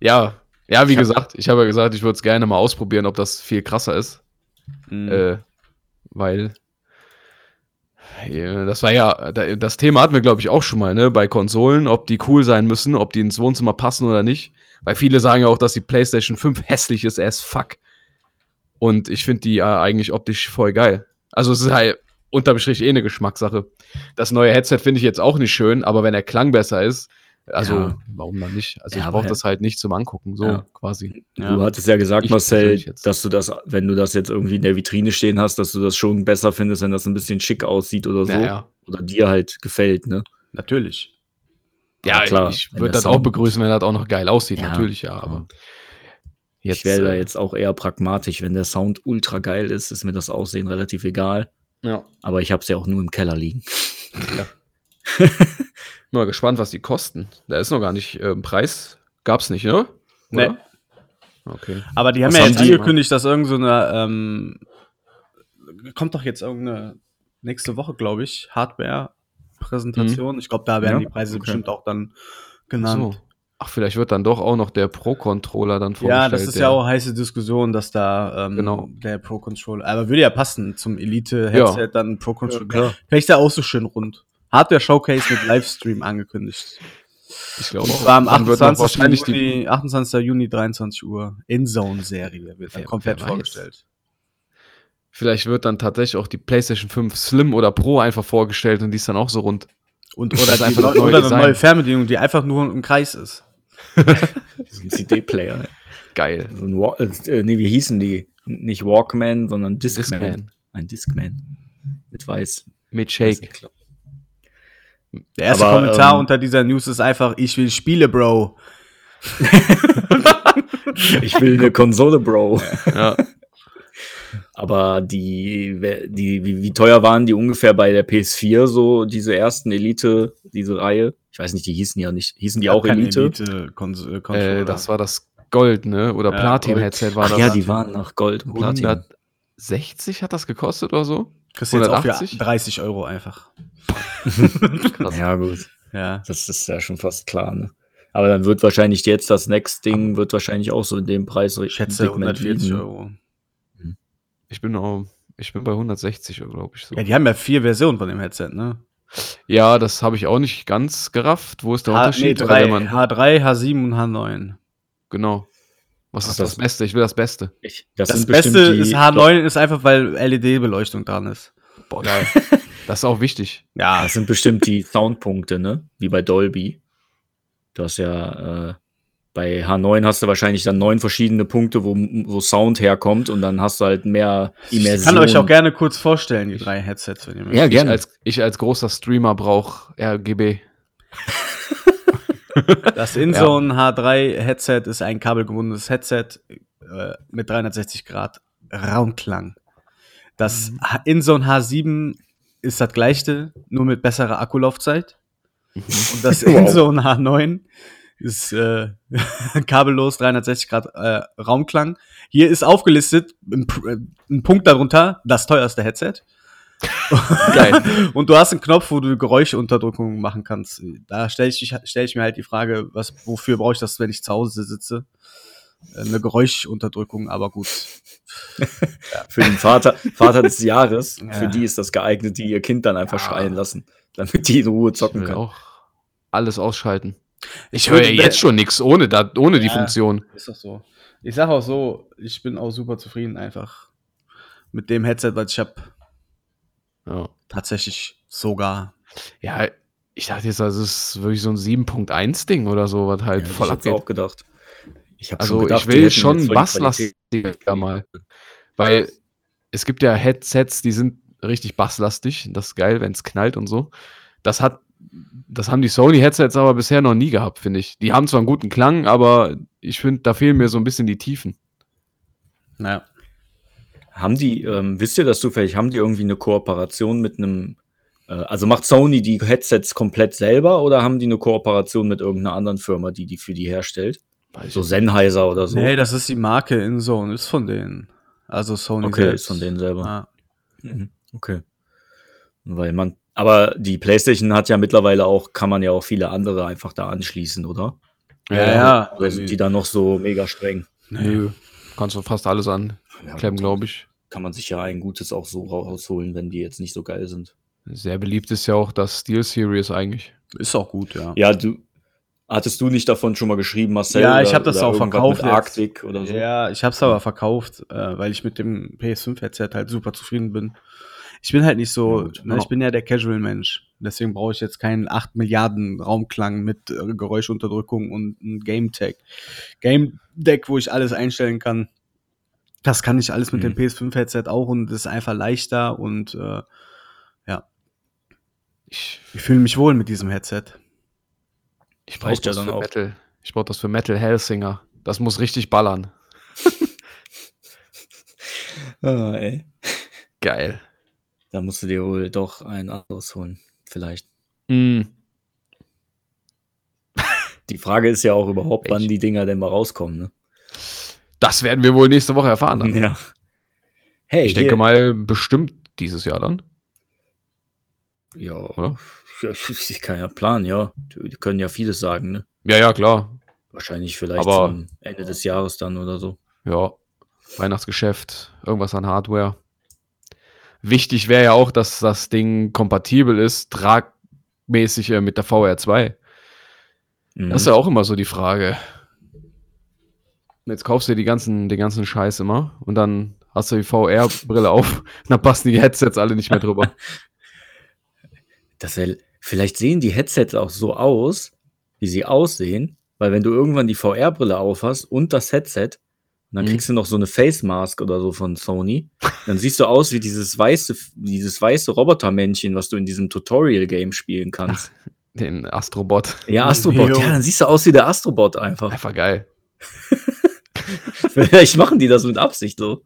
[SPEAKER 4] ja, ja, wie
[SPEAKER 1] Ich hab-
[SPEAKER 4] gesagt, ich habe ja gesagt, ich würde es gerne mal ausprobieren, ob das viel krasser ist. Äh, weil äh, das war ja, da- das Thema hatten wir, glaube ich, auch schon mal, ne? Bei Konsolen, ob die cool sein müssen, ob die ins Wohnzimmer passen oder nicht. Weil viele sagen ja auch, dass die PlayStation 5 hässlich ist, as fuck. Und ich finde die äh, eigentlich optisch voll geil. Also es ist halt unterm Strich eh eine Geschmackssache. Das neue Headset finde ich jetzt auch nicht schön, aber wenn der Klang besser ist, also
[SPEAKER 1] Ja.
[SPEAKER 4] warum dann nicht? Also
[SPEAKER 1] Ja,
[SPEAKER 4] ich
[SPEAKER 1] aber
[SPEAKER 4] brauche
[SPEAKER 1] ja.
[SPEAKER 4] das halt nicht zum Angucken, so
[SPEAKER 1] Ja.
[SPEAKER 4] quasi.
[SPEAKER 1] Du hattest ja gesagt,
[SPEAKER 4] Ich
[SPEAKER 1] Marcel,
[SPEAKER 4] persönlich jetzt.
[SPEAKER 1] dass du das, wenn du das jetzt irgendwie in der Vitrine stehen hast, dass du das schon besser findest, wenn das ein bisschen schick aussieht oder so.
[SPEAKER 4] Naja.
[SPEAKER 1] Oder dir halt gefällt, ne?
[SPEAKER 5] Natürlich.
[SPEAKER 4] Ja,
[SPEAKER 1] Ja, klar,
[SPEAKER 4] ich
[SPEAKER 1] wenn
[SPEAKER 4] würde
[SPEAKER 1] der
[SPEAKER 4] das auch
[SPEAKER 1] Sound-
[SPEAKER 4] begrüßen, wenn das auch noch geil aussieht,
[SPEAKER 1] Ja,
[SPEAKER 4] natürlich, ja, aber jetzt,
[SPEAKER 1] ich wäre da
[SPEAKER 4] äh,
[SPEAKER 1] jetzt auch eher pragmatisch. Wenn der Sound ultra geil ist, ist mir das Aussehen relativ egal.
[SPEAKER 4] Ja.
[SPEAKER 1] Aber ich habe es ja auch nur im Keller liegen.
[SPEAKER 4] bin mal gespannt, was die kosten. Da ist noch gar nicht äh, ein Preis, gab's nicht, ne?
[SPEAKER 5] Nee.
[SPEAKER 4] Oder? Okay.
[SPEAKER 5] Aber die haben
[SPEAKER 1] Was
[SPEAKER 5] ja
[SPEAKER 1] haben
[SPEAKER 5] jetzt
[SPEAKER 1] die?
[SPEAKER 5] angekündigt, dass irgend so eine ähm, kommt doch jetzt irgendeine nächste Woche, glaube ich, Hardware-Präsentation. Ich glaube, da werden
[SPEAKER 1] Ja,
[SPEAKER 5] die Preise
[SPEAKER 1] okay.
[SPEAKER 5] bestimmt auch dann
[SPEAKER 4] So.
[SPEAKER 5] genannt.
[SPEAKER 4] Mhm. Ach, vielleicht wird dann doch auch noch der Pro-Controller dann
[SPEAKER 5] Ja, das ist ja
[SPEAKER 4] der-
[SPEAKER 5] auch heiße Diskussion, dass da ähm,
[SPEAKER 4] Genau.
[SPEAKER 5] der Pro Controller. Aber würde ja passen zum Elite-Headset,
[SPEAKER 4] Ja.
[SPEAKER 5] dann Pro
[SPEAKER 1] Ja,
[SPEAKER 5] Controller.
[SPEAKER 1] klar.
[SPEAKER 5] Vielleicht da auch so schön rund. Hardware Showcase mit Livestream angekündigt.
[SPEAKER 4] Ich glaube
[SPEAKER 5] Und
[SPEAKER 4] auch.
[SPEAKER 5] zwar am
[SPEAKER 4] Dann wird noch
[SPEAKER 5] 28.
[SPEAKER 4] wahrscheinlich die.
[SPEAKER 5] Juni, 28. Juni 23 Uhr in Zone Serie wird dann
[SPEAKER 4] Wer-
[SPEAKER 5] komplett
[SPEAKER 4] wer weiß.
[SPEAKER 5] vorgestellt.
[SPEAKER 4] Vielleicht wird dann tatsächlich auch die PlayStation 5 Slim oder Pro einfach vorgestellt und die ist dann auch so rund.
[SPEAKER 5] Und
[SPEAKER 4] Das
[SPEAKER 5] oder,
[SPEAKER 4] ist
[SPEAKER 5] die
[SPEAKER 4] einfach
[SPEAKER 5] neu,
[SPEAKER 4] das neue
[SPEAKER 5] oder eine
[SPEAKER 4] Design.
[SPEAKER 5] neue Fernbedienung, die einfach nur im Kreis ist.
[SPEAKER 1] So ein CD-Player. ne?
[SPEAKER 4] Geil.
[SPEAKER 1] So ein Wa äh, nee, wie hießen die? Nicht Walkman, sondern Discman.
[SPEAKER 4] Discman.
[SPEAKER 1] Ein Discman. Mit weiß.
[SPEAKER 4] Mit Shake.
[SPEAKER 5] Der erste
[SPEAKER 1] Aber,
[SPEAKER 5] Kommentar
[SPEAKER 1] ähm,
[SPEAKER 5] unter dieser News ist einfach, ich will Spiele, Bro.
[SPEAKER 1] Ich will eine Konsole, Bro.
[SPEAKER 4] Ja.
[SPEAKER 1] Aber die, wer- die wie, wie teuer waren die ungefähr bei der PS4 so diese ersten Elite, diese Reihe? Ich weiß nicht, die hießen ja nicht, hießen die auch
[SPEAKER 5] Keine
[SPEAKER 1] Elite?
[SPEAKER 5] Kons- äh, Controller.
[SPEAKER 4] äh, das war das Gold, ne? Oder
[SPEAKER 5] Ja,
[SPEAKER 4] Platin-Headset war
[SPEAKER 1] Ach
[SPEAKER 4] das.
[SPEAKER 1] ja, die waren nach Gold und Platin.
[SPEAKER 4] 160 hat das gekostet oder so?
[SPEAKER 5] Kriegst du jetzt auch für
[SPEAKER 4] 180?
[SPEAKER 5] 30 Euro einfach.
[SPEAKER 4] Krass.
[SPEAKER 1] Ja gut,
[SPEAKER 5] Ja.
[SPEAKER 1] das ist ja schon fast klar. Ne? Aber dann wird wahrscheinlich jetzt das Next Ding wird wahrscheinlich auch so in dem Preis ne?
[SPEAKER 5] Ich schätze 140
[SPEAKER 1] Mhm.
[SPEAKER 5] Euro.
[SPEAKER 4] Ich bin auch, ich bin bei 160, glaube ich. So.
[SPEAKER 5] Ja, die haben ja vier Versionen von dem Headset, ne?
[SPEAKER 4] Ja, das habe ich auch nicht ganz gerafft. Wo ist der
[SPEAKER 5] H-
[SPEAKER 4] Unterschied?
[SPEAKER 5] Ah, nee,
[SPEAKER 4] Oder
[SPEAKER 5] drei,
[SPEAKER 4] wenn man,
[SPEAKER 5] H3, H7 und H9.
[SPEAKER 4] genau. Was
[SPEAKER 1] Ach,
[SPEAKER 4] ist das,
[SPEAKER 1] das-
[SPEAKER 4] Beste? Ich will das Beste.
[SPEAKER 1] Das,
[SPEAKER 5] Das,
[SPEAKER 1] sind
[SPEAKER 5] Beste
[SPEAKER 1] bestimmt die-
[SPEAKER 5] ist H9 ist einfach, weil LED-Beleuchtung dran ist.
[SPEAKER 4] Boah, geil. das ist auch wichtig.
[SPEAKER 5] Ja,
[SPEAKER 1] Ah, Das sind bestimmt die Soundpunkte, ne? Wie bei Dolby. Du hast ja äh, bei H9 hast du wahrscheinlich dann neun verschiedene Punkte, wo, wo Sound herkommt und dann hast du halt mehr
[SPEAKER 5] ich
[SPEAKER 1] Immersion.
[SPEAKER 5] kann euch auch gerne kurz vorstellen, die drei Headsets, wenn ihr möchtet.
[SPEAKER 1] Ja,
[SPEAKER 4] Ich
[SPEAKER 1] gerne.
[SPEAKER 4] als, ich als großer Streamer brauche RGB.
[SPEAKER 5] Das InZone H3-Headset ist ein kabelgebundenes Headset äh, mit 360 Grad Raumklang. Das H- InZone H7 ist das gleiche, nur mit besserer Akkulaufzeit. Und das
[SPEAKER 1] Wow.
[SPEAKER 5] InZone H9 ist äh, kabellos 360 Grad äh, Raumklang. Hier ist aufgelistet, ein, P- äh, ein Punkt darunter, das teuerste Headset.
[SPEAKER 4] Geil.
[SPEAKER 5] Und du hast einen Knopf, wo du Geräuschunterdrückung machen kannst. Da stelle ich, dich- stell ich mir halt die Frage, was, wofür brauche ich das, wenn ich zu Hause sitze? Äh, Eine Geräuschunterdrückung, aber gut.
[SPEAKER 1] Für den Vater, Vater des Jahres,
[SPEAKER 5] Ja.
[SPEAKER 1] für die ist das geeignet, die ihr Kind dann einfach
[SPEAKER 4] Ja.
[SPEAKER 1] schreien lassen, damit die in Ruhe
[SPEAKER 4] Ah. Ich
[SPEAKER 1] zocken
[SPEAKER 4] will
[SPEAKER 1] können.
[SPEAKER 4] auch alles ausschalten. Ich
[SPEAKER 5] Ich
[SPEAKER 4] höre
[SPEAKER 5] würde-
[SPEAKER 4] ja jetzt schon nichts ohne, da, ohne die
[SPEAKER 5] Ja.
[SPEAKER 4] Funktion.
[SPEAKER 5] Ist doch so. Ich sage auch so, ich bin auch super zufrieden einfach mit dem Headset, was ich habe.
[SPEAKER 4] Ja.
[SPEAKER 5] Tatsächlich sogar.
[SPEAKER 4] ja, ich dachte jetzt, das ist wirklich so ein 7.1-Ding oder so, was halt
[SPEAKER 1] Ja,
[SPEAKER 4] voll
[SPEAKER 1] ich hab's
[SPEAKER 4] abgeht.
[SPEAKER 1] auch gedacht. Ich hab
[SPEAKER 4] Also
[SPEAKER 1] gedacht,
[SPEAKER 4] ich
[SPEAKER 1] die
[SPEAKER 4] will
[SPEAKER 1] hätten jetzt
[SPEAKER 4] schon
[SPEAKER 1] voll die Qualität.
[SPEAKER 4] basslastiger mal. Weil es gibt ja Headsets, die sind richtig basslastig. Das ist geil, wenn es knallt und so. Das hat, das haben die Sony-Headsets aber bisher noch nie gehabt, finde ich. Die haben zwar einen guten Klang, aber ich finde, da fehlen mir so ein bisschen die Tiefen.
[SPEAKER 5] Naja.
[SPEAKER 1] Haben die, ähm, wisst ihr das zufällig, haben die irgendwie eine Kooperation mit einem, äh, also macht Sony die Headsets komplett selber oder haben die eine Kooperation mit irgendeiner anderen Firma, die die für die herstellt?
[SPEAKER 4] Weiß ich
[SPEAKER 1] So Sennheiser oder so.
[SPEAKER 5] Nee, das ist die Marke InZone, ist von denen. Also Sony
[SPEAKER 1] okay,
[SPEAKER 5] selbst.
[SPEAKER 1] ist von denen selber.
[SPEAKER 5] Ja.
[SPEAKER 1] Mhm, Okay. Weil man, aber die PlayStation hat ja mittlerweile auch, kann man ja auch viele andere einfach da anschließen, oder?
[SPEAKER 4] Ja,
[SPEAKER 5] ja.
[SPEAKER 1] Oder sind die da noch so mega streng?
[SPEAKER 4] Nö, kannst du fast alles anklemmen,
[SPEAKER 1] Ja,
[SPEAKER 4] glaube ich.
[SPEAKER 1] Kann man sich ja ein gutes auch so rausholen, wenn die jetzt nicht so geil sind.
[SPEAKER 4] Sehr beliebt ist ja auch das SteelSeries eigentlich.
[SPEAKER 5] Ist auch gut, ja.
[SPEAKER 1] Ja, du hattest du nicht davon schon mal geschrieben, Marcel?
[SPEAKER 5] Ja, ich
[SPEAKER 1] oder-
[SPEAKER 5] hab das
[SPEAKER 1] oder
[SPEAKER 5] auch
[SPEAKER 1] irgendwas
[SPEAKER 5] verkauft
[SPEAKER 1] Mit
[SPEAKER 5] jetzt.
[SPEAKER 1] Arktik oder so.
[SPEAKER 5] Ja, ich hab's aber verkauft, äh, weil ich mit dem PS5-Headset halt super zufrieden bin. Ich bin halt nicht
[SPEAKER 1] Ja,
[SPEAKER 5] so,
[SPEAKER 1] gut. genau.
[SPEAKER 5] ne, ich bin ja der Casual-Mensch. Deswegen brauche ich jetzt keinen 8 Milliarden Raumklang mit äh, Geräuschunterdrückung und ein Game Tag. Game Deck, wo ich alles einstellen kann. Das kann ich alles mit
[SPEAKER 1] Mhm.
[SPEAKER 5] dem PS5-Headset auch und das ist einfach leichter und äh,
[SPEAKER 4] Ich,
[SPEAKER 5] ich fühle mich wohl mit diesem Headset.
[SPEAKER 4] ich brauche
[SPEAKER 1] Reicht ja
[SPEAKER 4] das
[SPEAKER 1] dann
[SPEAKER 4] für
[SPEAKER 1] auch.
[SPEAKER 4] Metal. Ich brauche das für Metal Hellsinger. Das muss richtig ballern.
[SPEAKER 1] Ah, ey.
[SPEAKER 4] Geil.
[SPEAKER 1] Da musst du dir wohl doch ein anderes holen. Vielleicht.
[SPEAKER 4] Mm.
[SPEAKER 1] Die Frage ist ja auch überhaupt, wann
[SPEAKER 4] Welch-
[SPEAKER 1] die Dinger denn mal rauskommen. Ne?
[SPEAKER 4] Das werden wir wohl nächste Woche erfahren. Dann.
[SPEAKER 1] Ja. Hey,
[SPEAKER 4] Ich denke
[SPEAKER 1] hier-
[SPEAKER 4] mal, bestimmt dieses Jahr dann.
[SPEAKER 1] Ja,
[SPEAKER 4] Oder?
[SPEAKER 1] ich kann ja planen, ja. Die die können ja vieles sagen, ne?
[SPEAKER 4] Ja, ja, klar.
[SPEAKER 1] Wahrscheinlich vielleicht
[SPEAKER 4] Aber-
[SPEAKER 1] zum Ende des Jahres dann oder so.
[SPEAKER 4] Ja, Weihnachtsgeschäft, irgendwas an Hardware. Wichtig wäre ja auch, dass das Ding kompatibel ist, tragmäßig äh, mit der VR2.
[SPEAKER 1] Mhm.
[SPEAKER 4] Das ist ja auch immer so die Frage. Jetzt kaufst du dir die ganzen, den ganzen Scheiß immer und dann hast du die VR-Brille auf und dann passen die Headsets alle nicht mehr drüber.
[SPEAKER 1] Das wär, vielleicht sehen die Headsets auch so aus, wie sie aussehen, weil wenn du irgendwann die VR-Brille aufhast und das Headset, dann
[SPEAKER 4] Mhm.
[SPEAKER 1] kriegst du noch so eine Face Mask oder so von Sony, dann siehst du aus wie dieses weiße, dieses weiße Robotermännchen, was du in diesem Tutorial-Game spielen kannst.
[SPEAKER 4] Den Astrobot.
[SPEAKER 1] ja, Astrobot.
[SPEAKER 5] Jo.
[SPEAKER 1] Ja, dann siehst du aus wie der Astrobot einfach.
[SPEAKER 4] Einfach geil.
[SPEAKER 1] Vielleicht machen die das mit Absicht so.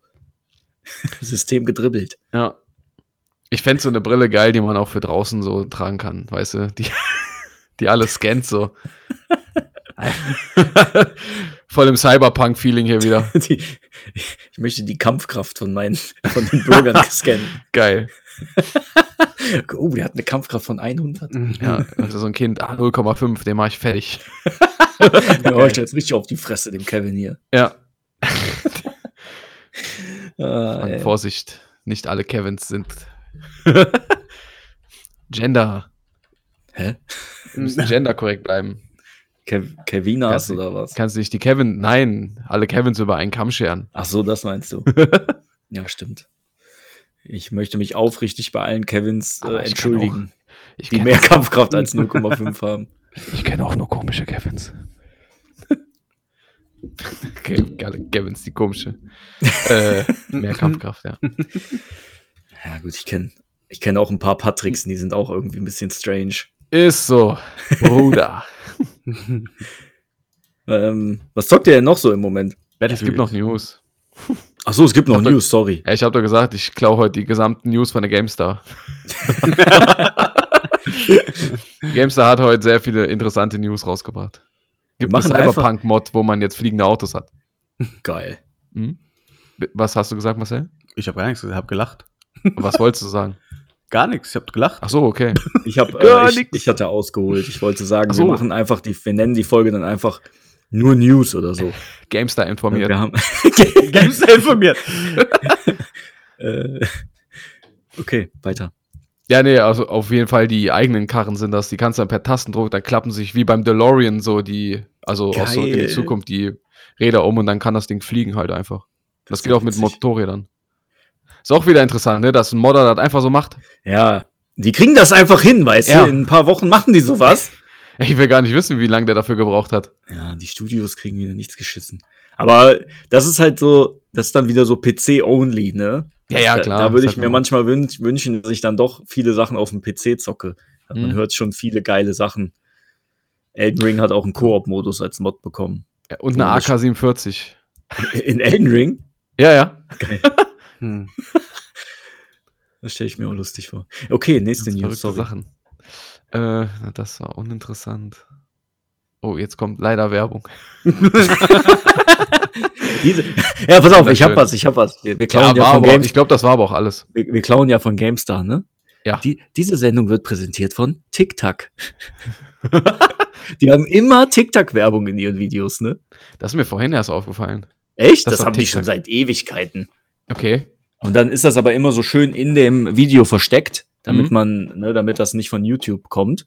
[SPEAKER 1] System gedribbelt.
[SPEAKER 4] Ja. Ich fände so eine Brille geil, die man auch für draußen so tragen kann, weißt du? Die, die alles scannt so. Voll im Cyberpunk-Feeling hier wieder.
[SPEAKER 1] Die, ich möchte die Kampfkraft von meinen, von den Bürgern scannen.
[SPEAKER 4] Geil.
[SPEAKER 1] Oh, der hat eine Kampfkraft von 100.
[SPEAKER 4] Ja, also so ein Kind, ah, 0,5, den mache ich fertig.
[SPEAKER 1] Der haut jetzt richtig auf die Fresse, dem Kevin hier.
[SPEAKER 4] Ja,
[SPEAKER 1] Ah,
[SPEAKER 4] Mann,
[SPEAKER 1] ey.
[SPEAKER 4] Vorsicht, nicht alle Kevins sind Gender.
[SPEAKER 1] Hä?
[SPEAKER 4] Wir müssen genderkorrekt bleiben.
[SPEAKER 1] Kev Kevinas
[SPEAKER 4] Ja,
[SPEAKER 1] oder was?
[SPEAKER 4] Kannst nicht die Kevin, nein, alle Kevins über einen Kamm scheren.
[SPEAKER 1] Ach so, das meinst du. ja, stimmt. Ich möchte mich aufrichtig bei allen Kevins äh,
[SPEAKER 4] Aber ich kann
[SPEAKER 1] entschuldigen,
[SPEAKER 4] Ich
[SPEAKER 1] die
[SPEAKER 4] kenn-
[SPEAKER 1] mehr Kampfkraft als 0,5 haben.
[SPEAKER 4] Ich kenne auch nur komische Kevins. Ke- Geile Kevins, die komische. äh, mehr Kampfkraft, ja.
[SPEAKER 1] Ja, gut, ich kenne ich kenn auch ein paar Patricks, die sind auch irgendwie ein bisschen strange.
[SPEAKER 4] Ist so, Bruder.
[SPEAKER 1] Ähm, was zockt ihr denn noch so im Moment?
[SPEAKER 4] es gibt noch News.
[SPEAKER 1] Ach so, es gibt noch
[SPEAKER 4] Hab-
[SPEAKER 1] News, sorry.
[SPEAKER 4] Ja, ich habe doch gesagt, ich klaue heute die gesamten News von der GameStar. GameStar hat heute sehr viele interessante News rausgebracht. Gibt
[SPEAKER 1] Wir
[SPEAKER 4] einen
[SPEAKER 1] machen einfach-
[SPEAKER 4] Cyberpunk-Mod, wo man jetzt fliegende Autos hat.
[SPEAKER 1] Geil.
[SPEAKER 4] Hm? B- Was hast du gesagt, Marcel?
[SPEAKER 5] Ich habe gar nichts gesagt, habe gelacht.
[SPEAKER 4] Was wolltest du sagen?
[SPEAKER 5] Gar nichts, ich habe gelacht.
[SPEAKER 4] Ach so, okay.
[SPEAKER 1] Ich habe
[SPEAKER 4] Gar
[SPEAKER 1] äh, ich,
[SPEAKER 4] nix.
[SPEAKER 1] ich hatte ausgeholt. Ich wollte sagen,
[SPEAKER 4] Ach so.
[SPEAKER 1] wir machen einfach die, wir nennen die Folge dann einfach nur News oder so.
[SPEAKER 4] GameStar informiert.
[SPEAKER 1] Wir haben,
[SPEAKER 5] Ganz informiert.
[SPEAKER 1] äh, okay, weiter.
[SPEAKER 4] Ja, nee, also auf jeden Fall die eigenen Karren sind das. Die kannst du dann per Tastendruck, dann klappen sich wie beim DeLorean so die, also aus so in die
[SPEAKER 1] Geil.
[SPEAKER 4] Zukunft die Räder um und dann kann das Ding fliegen halt einfach. Das,
[SPEAKER 1] ist
[SPEAKER 4] geht
[SPEAKER 1] ja
[SPEAKER 4] auch mit
[SPEAKER 1] witzig.
[SPEAKER 4] Motorrädern. Ist auch wieder interessant, ne, dass ein Modder das einfach so macht.
[SPEAKER 1] Ja, die kriegen das einfach hin, weißt
[SPEAKER 4] Ja.
[SPEAKER 1] du? In ein paar Wochen machen die sowas.
[SPEAKER 4] Ich will gar nicht wissen, wie lange der dafür gebraucht hat.
[SPEAKER 1] Ja, die Studios kriegen wieder nichts geschissen. Aber das ist halt so, das ist dann wieder so PC-only, ne?
[SPEAKER 4] Ja, ja,
[SPEAKER 1] Da-
[SPEAKER 4] klar. halt
[SPEAKER 1] Da würde
[SPEAKER 4] Das
[SPEAKER 1] ich
[SPEAKER 4] hat
[SPEAKER 1] mir
[SPEAKER 4] man-
[SPEAKER 1] manchmal wün wünschen, dass ich dann doch viele Sachen auf dem PC zocke. Man
[SPEAKER 4] Mhm.
[SPEAKER 1] hört schon viele geile Sachen. Elden Ring hat auch einen Koop-Modus als Mod bekommen.
[SPEAKER 4] Ja, Und eine
[SPEAKER 1] Komisch.
[SPEAKER 4] AK-47.
[SPEAKER 1] In Elden Ring?
[SPEAKER 4] Ja, ja.
[SPEAKER 5] Hm.
[SPEAKER 1] Das stelle ich mir auch lustig vor. Okay, nächste
[SPEAKER 4] Ganz
[SPEAKER 1] News,
[SPEAKER 4] verrückte
[SPEAKER 1] sorry.
[SPEAKER 4] Sachen. Äh, na, das war uninteressant. Oh, jetzt kommt leider Werbung.
[SPEAKER 1] Diese, ja, pass auf, ich hab
[SPEAKER 4] Wunderschön.
[SPEAKER 1] was, ich hab was. Wir, wir,
[SPEAKER 4] Ja,
[SPEAKER 1] klauen ja,
[SPEAKER 4] war
[SPEAKER 1] von
[SPEAKER 4] aber,
[SPEAKER 1] Games,
[SPEAKER 4] ich glaube, das war aber auch alles.
[SPEAKER 1] wir, wir klauen ja von GameStar, ne?
[SPEAKER 4] Ja.
[SPEAKER 1] Die, diese Sendung wird präsentiert von TikTok. die haben immer TikTok-Werbung in ihren Videos, ne?
[SPEAKER 4] Das ist mir vorhin erst aufgefallen.
[SPEAKER 1] Echt?
[SPEAKER 4] Das
[SPEAKER 1] Das,
[SPEAKER 4] war
[SPEAKER 1] haben die
[SPEAKER 4] TikTok.
[SPEAKER 1] schon seit Ewigkeiten.
[SPEAKER 4] Okay.
[SPEAKER 1] Und dann ist das aber immer so schön in dem Video versteckt, damit
[SPEAKER 4] Mhm.
[SPEAKER 1] man, ne, damit das nicht von YouTube kommt.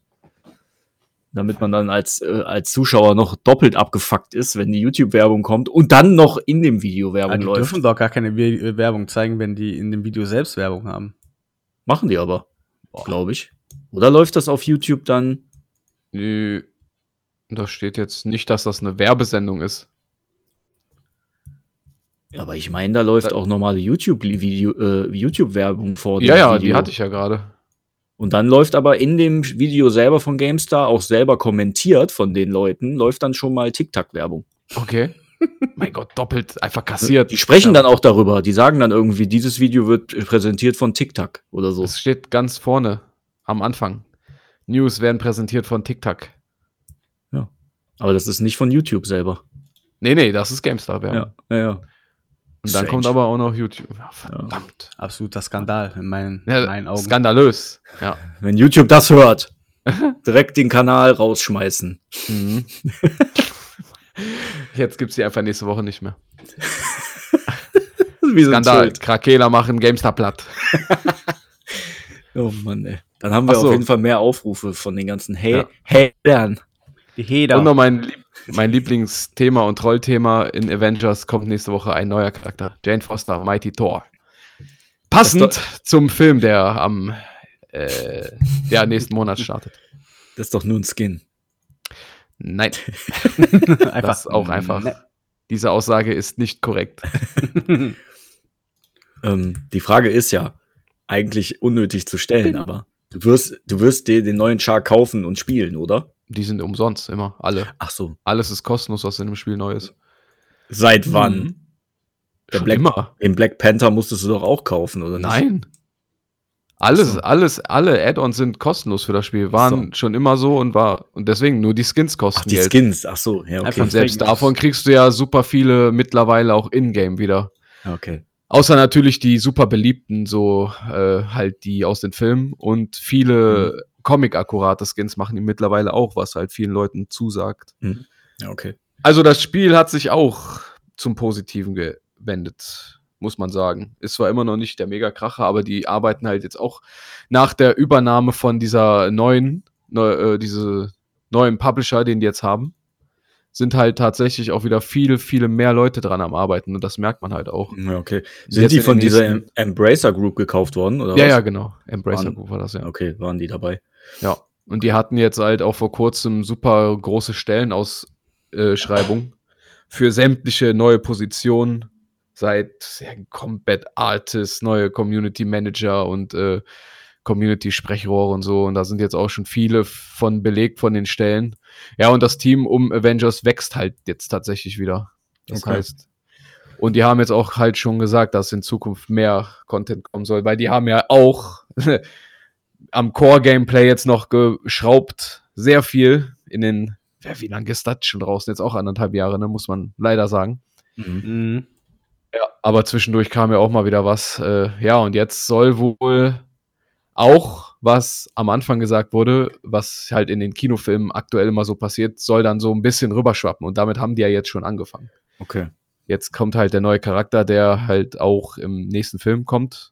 [SPEAKER 1] Damit man dann als, äh, als Zuschauer noch doppelt abgefuckt ist, wenn die YouTube-Werbung kommt und dann noch in dem Video
[SPEAKER 5] Aber
[SPEAKER 1] Werbung
[SPEAKER 5] die
[SPEAKER 1] läuft.
[SPEAKER 5] dürfen doch gar keine We- Werbung zeigen, wenn die in dem Video selbst Werbung haben.
[SPEAKER 1] Machen die aber, glaube ich. Oder läuft das auf YouTube dann?
[SPEAKER 4] Nö. Da steht jetzt nicht, dass das eine Werbesendung ist.
[SPEAKER 1] Aber ich meine, da läuft
[SPEAKER 4] Da-
[SPEAKER 1] auch normale YouTube-Video, äh, YouTube-Werbung vor. dem
[SPEAKER 4] ja, ja, die
[SPEAKER 1] Video.
[SPEAKER 4] hatte ich ja gerade.
[SPEAKER 1] Und dann läuft aber in dem Video selber von GameStar, auch selber kommentiert von den Leuten, läuft dann schon mal TikTok-Werbung.
[SPEAKER 4] Okay. mein Gott, doppelt einfach kassiert.
[SPEAKER 1] Die sprechen dann auch darüber. Die sagen dann irgendwie, dieses Video wird präsentiert von TikTok oder so.
[SPEAKER 4] Das steht ganz vorne am Anfang. News werden präsentiert von TikTok.
[SPEAKER 1] Aber das ist nicht von YouTube selber.
[SPEAKER 4] Nee, nee, das ist GameStar-Werbung.
[SPEAKER 1] ja. ja.
[SPEAKER 4] Und dann
[SPEAKER 1] Strange.
[SPEAKER 4] kommt aber auch noch YouTube. Ja, verdammt.
[SPEAKER 5] Absoluter Skandal in meinen,
[SPEAKER 4] Ja,
[SPEAKER 5] in meinen Augen.
[SPEAKER 4] Skandalös. Ja.
[SPEAKER 1] Wenn YouTube das hört, direkt den Kanal rausschmeißen.
[SPEAKER 4] Mhm. Jetzt gibt es die einfach nächste Woche nicht mehr.
[SPEAKER 1] Wie so ein
[SPEAKER 4] Skandal.
[SPEAKER 1] Schild.
[SPEAKER 4] Krakela machen GameStar platt.
[SPEAKER 1] Oh Mann, ey. Dann haben wir
[SPEAKER 4] Ach so.
[SPEAKER 1] auf jeden Fall mehr Aufrufe von den ganzen
[SPEAKER 4] Ja.
[SPEAKER 1] Hä- Hatern.
[SPEAKER 5] Die Heder.
[SPEAKER 4] Und noch mein, Lieb- mein Lieblingsthema und Trollthema in Avengers kommt nächste Woche ein neuer Charakter. Jane Foster, Mighty Thor. Passend zum Film, der am äh, der nächsten Monat startet.
[SPEAKER 1] Das ist doch nur ein Skin.
[SPEAKER 4] Nein,
[SPEAKER 5] einfach.
[SPEAKER 4] das ist auch einfach.
[SPEAKER 1] Ne.
[SPEAKER 4] Diese Aussage ist nicht korrekt.
[SPEAKER 5] Ne.
[SPEAKER 1] Ähm, die Frage ist ja eigentlich unnötig zu stellen,
[SPEAKER 4] Genau.
[SPEAKER 1] aber du wirst, du wirst dir den neuen Char kaufen und spielen, oder?
[SPEAKER 4] Die sind umsonst immer, alle.
[SPEAKER 1] Ach so.
[SPEAKER 4] Alles ist kostenlos, was in dem Spiel neu ist.
[SPEAKER 1] Seit wann?
[SPEAKER 4] Mhm.
[SPEAKER 1] Der
[SPEAKER 4] Schon
[SPEAKER 1] Black-
[SPEAKER 4] immer.
[SPEAKER 1] Den Black Panther musstest du doch auch kaufen, oder nicht?
[SPEAKER 4] Nein. Alles,
[SPEAKER 1] Ach so.
[SPEAKER 4] alles, alle Add-ons sind kostenlos für das Spiel. Waren schon immer so und war. Und deswegen nur die Skins kosten
[SPEAKER 1] Ach, die
[SPEAKER 4] Geld.
[SPEAKER 1] Skins. Ach so, ja, okay.
[SPEAKER 5] Einfach
[SPEAKER 4] Und selbst
[SPEAKER 5] Deswegen-
[SPEAKER 4] davon kriegst du ja super viele mittlerweile auch in-game wieder.
[SPEAKER 1] Ja, okay.
[SPEAKER 4] Außer natürlich die super beliebten, so äh, halt die aus den Filmen und viele Comic-akkurate Skins machen die mittlerweile auch, was halt vielen Leuten zusagt.
[SPEAKER 1] Ja, okay.
[SPEAKER 4] Also das Spiel hat sich auch zum Positiven gewendet, muss man sagen. Ist zwar immer noch nicht der Mega-Kracher, aber die arbeiten halt jetzt auch nach der Übernahme von dieser neuen, neu, äh, diese neuen Publisher, den die jetzt haben, sind halt tatsächlich auch wieder viele, viele mehr Leute dran am Arbeiten und das merkt man halt auch.
[SPEAKER 1] Ja, okay.
[SPEAKER 4] Jetzt
[SPEAKER 1] Sind
[SPEAKER 4] in
[SPEAKER 1] die
[SPEAKER 4] den
[SPEAKER 1] von dieser
[SPEAKER 4] nächsten-
[SPEAKER 1] Em- Embracer Group gekauft worden? Oder
[SPEAKER 4] Ja, ja,
[SPEAKER 1] was?
[SPEAKER 4] genau. Embracer
[SPEAKER 1] Waren-
[SPEAKER 4] Group war das, ja.
[SPEAKER 1] Okay, waren die dabei?
[SPEAKER 4] Und die hatten jetzt halt auch vor kurzem super große Stellenausschreibung äh, für sämtliche neue Positionen, seit ja, Combat Artist, neue Community Manager und äh, Community Sprechrohre und so. Und da sind jetzt auch schon viele von belegt von den Stellen. Ja, und das Team um Avengers wächst halt jetzt tatsächlich wieder. Das
[SPEAKER 1] Okay.
[SPEAKER 4] heißt. Und die haben jetzt auch halt schon gesagt, dass in Zukunft mehr Content kommen soll, weil die haben ja auch am Core-Gameplay jetzt noch geschraubt. Sehr viel in den, ja, wie lange ist das schon draußen? Jetzt auch anderthalb Jahre, ne, muss man leider sagen.
[SPEAKER 1] Mhm.
[SPEAKER 5] Mhm.
[SPEAKER 4] Ja, aber zwischendurch kam ja auch mal wieder was. Äh, ja, und jetzt soll wohl auch, was am Anfang gesagt wurde, was halt in den Kinofilmen aktuell immer so passiert, soll dann so ein bisschen rüberschwappen. Und damit haben die ja jetzt schon angefangen.
[SPEAKER 1] Okay.
[SPEAKER 4] Jetzt kommt halt der neue Charakter, der halt auch im nächsten Film kommt.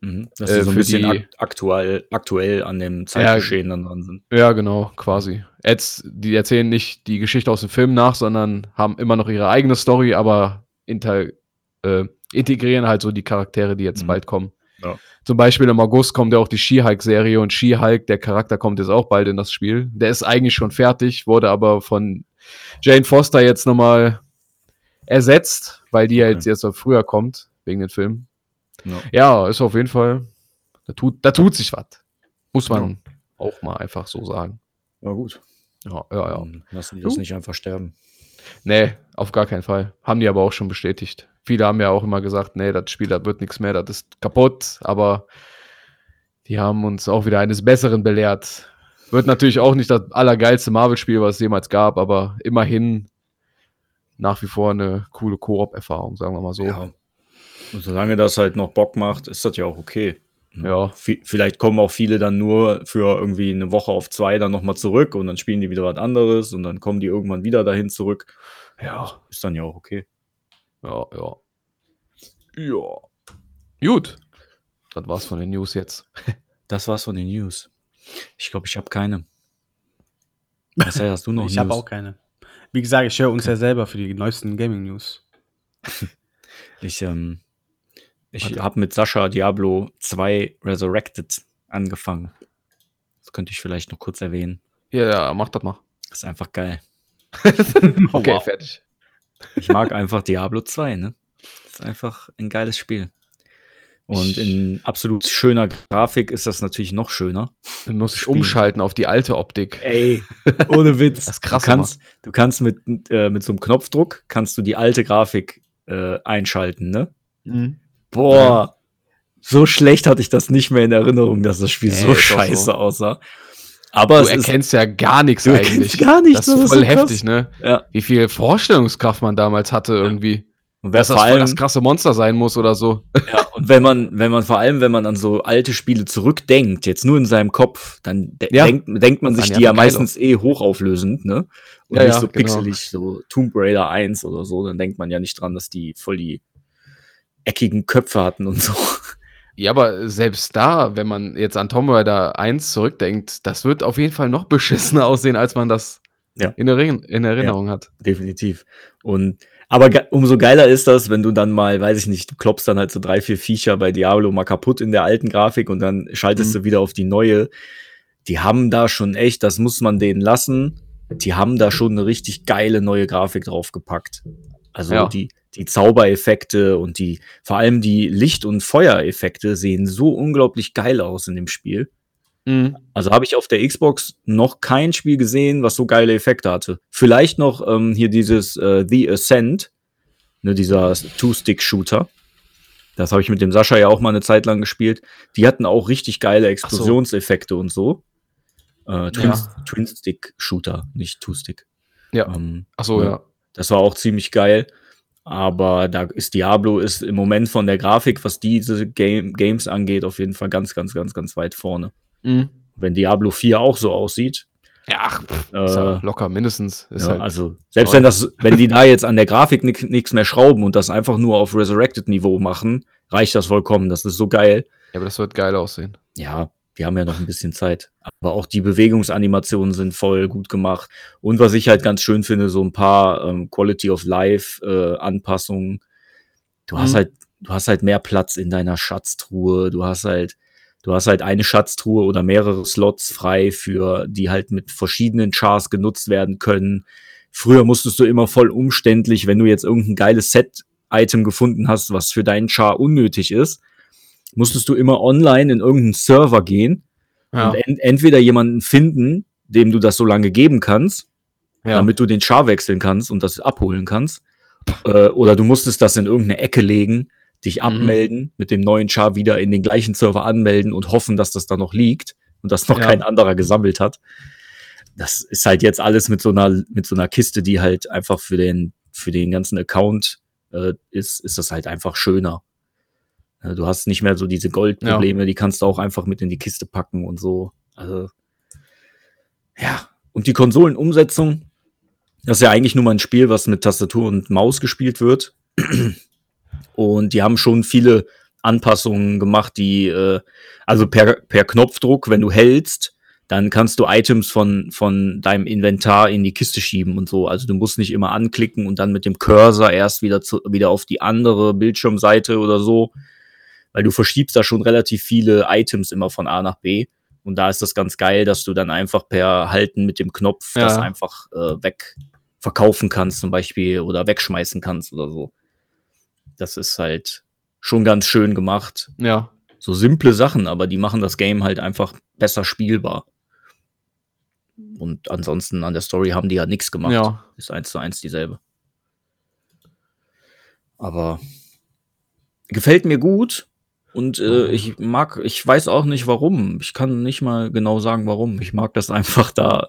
[SPEAKER 1] Mhm. Dass
[SPEAKER 4] Äh,
[SPEAKER 1] sie so ein
[SPEAKER 4] für
[SPEAKER 1] bisschen
[SPEAKER 4] die-
[SPEAKER 1] ak aktuell, aktuell an dem Zeitgeschehen dann dran sind.
[SPEAKER 4] Ja, genau, quasi. Jetzt, die erzählen nicht die Geschichte aus dem Film nach, sondern haben immer noch ihre eigene Story, aber inter, äh, integrieren halt so die Charaktere, die jetzt
[SPEAKER 1] Mhm.
[SPEAKER 4] bald kommen.
[SPEAKER 1] Ja.
[SPEAKER 4] Zum Beispiel im August kommt ja auch die She-Hulk-Serie und She-Hulk, der Charakter kommt jetzt auch bald in das Spiel. Der ist eigentlich schon fertig, wurde aber von Jane Foster jetzt nochmal ersetzt, weil die ja
[SPEAKER 1] Okay.
[SPEAKER 4] jetzt, jetzt auch früher kommt, wegen den Filmen.
[SPEAKER 1] Ja.
[SPEAKER 4] Ja, ist auf jeden Fall, da tut, da tut sich was. Muss man
[SPEAKER 1] Ja.
[SPEAKER 4] auch mal einfach so sagen.
[SPEAKER 1] Ja, gut.
[SPEAKER 4] Ja, ja, ja.
[SPEAKER 1] Dann Mhm. lassen die das
[SPEAKER 4] Du?
[SPEAKER 1] nicht einfach sterben.
[SPEAKER 4] Nee, auf gar keinen Fall. Haben die aber auch schon bestätigt. Viele haben ja auch immer gesagt, nee, das Spiel, das wird nichts mehr, das ist kaputt, aber die haben uns auch wieder eines Besseren belehrt. Wird natürlich auch nicht das allergeilste Marvel-Spiel, was es jemals gab, aber immerhin nach wie vor eine coole Koop-Erfahrung, sagen wir mal so.
[SPEAKER 1] Ja. Und solange das halt noch Bock macht, ist das ja auch okay.
[SPEAKER 4] Ja.
[SPEAKER 1] V vielleicht kommen auch viele dann nur für irgendwie eine Woche auf zwei dann nochmal zurück und dann spielen die wieder was anderes und dann kommen die irgendwann wieder dahin zurück.
[SPEAKER 4] Ja,
[SPEAKER 1] Ist dann ja auch okay.
[SPEAKER 4] ja, ja. Ja. Gut. Das war's von den News jetzt.
[SPEAKER 1] Das war's von den News. Ich glaube, ich habe keine. Marcel, hast du noch
[SPEAKER 5] Ich habe
[SPEAKER 1] News?
[SPEAKER 5] auch keine. Wie gesagt, ich höre uns ja selber für die neuesten Gaming-News.
[SPEAKER 1] Ich, ähm, ich habe mit Sascha Diablo 2 Resurrected angefangen. Das könnte ich vielleicht noch kurz erwähnen.
[SPEAKER 4] Ja, ja, mach das mal.
[SPEAKER 1] Das ist einfach geil.
[SPEAKER 4] Okay, fertig.
[SPEAKER 1] Ich mag einfach Diablo 2, ne? Das ist einfach ein geiles Spiel. Und in absolut schöner Grafik ist das natürlich noch schöner.
[SPEAKER 4] Du musst
[SPEAKER 1] Spiel.
[SPEAKER 4] umschalten auf die alte Optik.
[SPEAKER 1] Ey, ohne Witz.
[SPEAKER 4] Das ist krass,
[SPEAKER 1] du kannst, du kannst mit, äh, mit so einem Knopfdruck kannst du die alte Grafik äh, einschalten, ne? Boah, so schlecht hatte ich das nicht mehr in Erinnerung, dass das Spiel
[SPEAKER 4] Nee,
[SPEAKER 1] so
[SPEAKER 4] ist doch
[SPEAKER 1] scheiße
[SPEAKER 4] so.
[SPEAKER 1] aussah. Aber
[SPEAKER 4] Du
[SPEAKER 1] es ist
[SPEAKER 4] erkennst ja gar nichts
[SPEAKER 1] du erkennst
[SPEAKER 4] eigentlich.
[SPEAKER 1] gar nichts.
[SPEAKER 4] das ist voll heftig, ne?
[SPEAKER 1] Ja.
[SPEAKER 4] Wie viel Vorstellungskraft man damals hatte irgendwie.
[SPEAKER 1] Und wer
[SPEAKER 4] Dass das
[SPEAKER 1] vor
[SPEAKER 4] voll
[SPEAKER 1] allem,
[SPEAKER 4] das krasse Monster sein muss oder so.
[SPEAKER 1] ja, und wenn man, wenn man vor allem, wenn man an so alte Spiele zurückdenkt, jetzt nur in seinem Kopf, dann de
[SPEAKER 4] Ja.
[SPEAKER 1] denkt, denkt man
[SPEAKER 4] An
[SPEAKER 1] sich die
[SPEAKER 4] Jan
[SPEAKER 1] ja
[SPEAKER 4] Kylo.
[SPEAKER 1] meistens eh hochauflösend, ne? Und
[SPEAKER 4] Ja,
[SPEAKER 1] nicht
[SPEAKER 4] ja,
[SPEAKER 1] so
[SPEAKER 4] genau.
[SPEAKER 1] pixelig, so Tomb Raider 1 oder so, dann denkt man ja nicht dran, dass die voll die eckigen Köpfe hatten und so.
[SPEAKER 4] Ja, aber selbst da, wenn man jetzt an Tomb Raider 1 zurückdenkt, das wird auf jeden Fall noch beschissener aussehen, als man das
[SPEAKER 1] Ja.
[SPEAKER 4] in, Erin in Erinnerung hat.
[SPEAKER 1] definitiv. Und aber ge umso geiler ist das, wenn du dann mal, weiß ich nicht, du klopfst dann halt so drei, vier Viecher bei Diablo mal kaputt in der alten Grafik und dann schaltest du wieder auf die neue. Die haben da schon echt, das muss man denen lassen. Die haben da schon eine richtig geile neue Grafik draufgepackt. Also
[SPEAKER 4] Ja.
[SPEAKER 1] die, die Zaubereffekte und die, vor allem die Licht- und Feuereffekte sehen so unglaublich geil aus in dem Spiel.
[SPEAKER 4] Mhm.
[SPEAKER 1] Also habe ich auf der Xbox noch kein Spiel gesehen, was so geile Effekte hatte. Vielleicht noch ähm, hier dieses äh, The Ascent, ne, dieser Two-Stick-Shooter. Das habe ich mit dem Sascha ja auch mal eine Zeit lang gespielt. Die hatten auch richtig geile Explosionseffekte und so. Äh, Twin-
[SPEAKER 4] Ja.
[SPEAKER 1] Twin-Stick-Shooter, nicht Two-Stick.
[SPEAKER 4] Ja.
[SPEAKER 1] Ähm,
[SPEAKER 4] Achso,
[SPEAKER 1] Ja.
[SPEAKER 4] ja.
[SPEAKER 1] das war auch ziemlich geil. Aber da ist Diablo ist im Moment von der Grafik, was diese Game Games angeht, auf jeden Fall ganz, ganz, ganz, ganz weit vorne
[SPEAKER 4] Mhm.
[SPEAKER 1] wenn Diablo 4 auch so aussieht.
[SPEAKER 4] Ja, ach, pff,
[SPEAKER 1] Äh,
[SPEAKER 4] ist ja
[SPEAKER 1] ja,
[SPEAKER 4] locker, mindestens. Ist halt,
[SPEAKER 1] also, selbst wenn das, wenn die da jetzt an der Grafik nichts mehr schrauben und das einfach nur auf Resurrected-Niveau machen, reicht das vollkommen. Das ist so geil.
[SPEAKER 4] ja, aber das wird geil aussehen.
[SPEAKER 1] Ja, die haben ja noch ein bisschen Zeit. Aber auch die Bewegungsanimationen sind voll gut gemacht. Und was ich halt ganz schön finde, so ein paar ähm, Quality of Life-Anpassungen. du hast
[SPEAKER 4] Mhm.
[SPEAKER 1] halt, du hast halt mehr Platz in deiner Schatztruhe. Du hast halt, du hast halt eine Schatztruhe oder mehrere Slots frei für, die halt mit verschiedenen Chars genutzt werden können. Früher musstest du immer voll umständlich, wenn du jetzt irgendein geiles Set-Item gefunden hast, was für deinen Char unnötig ist, musstest du immer online in irgendeinen Server gehen
[SPEAKER 4] Ja,
[SPEAKER 1] und en entweder jemanden finden, dem du das so lange geben kannst,
[SPEAKER 4] ja.
[SPEAKER 1] damit du den Char wechseln kannst und das abholen kannst. Äh, oder du musstest das in irgendeine Ecke legen,
[SPEAKER 4] Mhm.
[SPEAKER 1] dich abmelden, mit dem neuen Char wieder in den gleichen Server anmelden und hoffen, dass das da noch liegt und das noch
[SPEAKER 4] Ja.
[SPEAKER 1] kein anderer gesammelt hat. Das ist halt jetzt alles mit so einer, mit so einer Kiste, die halt einfach für den, für den ganzen Account äh, ist, ist das halt einfach schöner. Äh, Du hast nicht mehr so diese Goldprobleme, die kannst du auch einfach mit in die Kiste packen und so. Also, ja. Und die Konsolenumsetzung, das ist ja eigentlich nur mal ein Spiel, was mit Tastatur und Maus gespielt wird. Und die haben schon viele Anpassungen gemacht, die, äh, also per, per Knopfdruck, wenn du hältst, dann kannst du Items von, von deinem Inventar in die Kiste schieben und so. Also du musst nicht immer anklicken und dann mit dem Cursor erst wieder, zu, wieder auf die andere Bildschirmseite oder so. Weil du verschiebst da schon relativ viele Items immer von A nach B. Und da ist das ganz geil, dass du dann einfach per Halten mit dem Knopf
[SPEAKER 4] Ja.
[SPEAKER 1] das einfach äh, weg verkaufen kannst zum Beispiel oder wegschmeißen kannst oder so. Das ist halt schon ganz schön gemacht
[SPEAKER 4] ja.
[SPEAKER 1] so simple Sachen, aber die machen das Game halt einfach besser spielbar. Und ansonsten an der Story haben die ja nichts gemacht.
[SPEAKER 4] Ja.
[SPEAKER 1] Ist eins zu eins dieselbe. Aber gefällt mir gut und äh, ich mag, ich weiß auch nicht warum. Ich kann nicht mal genau sagen, warum. Ich mag das einfach da.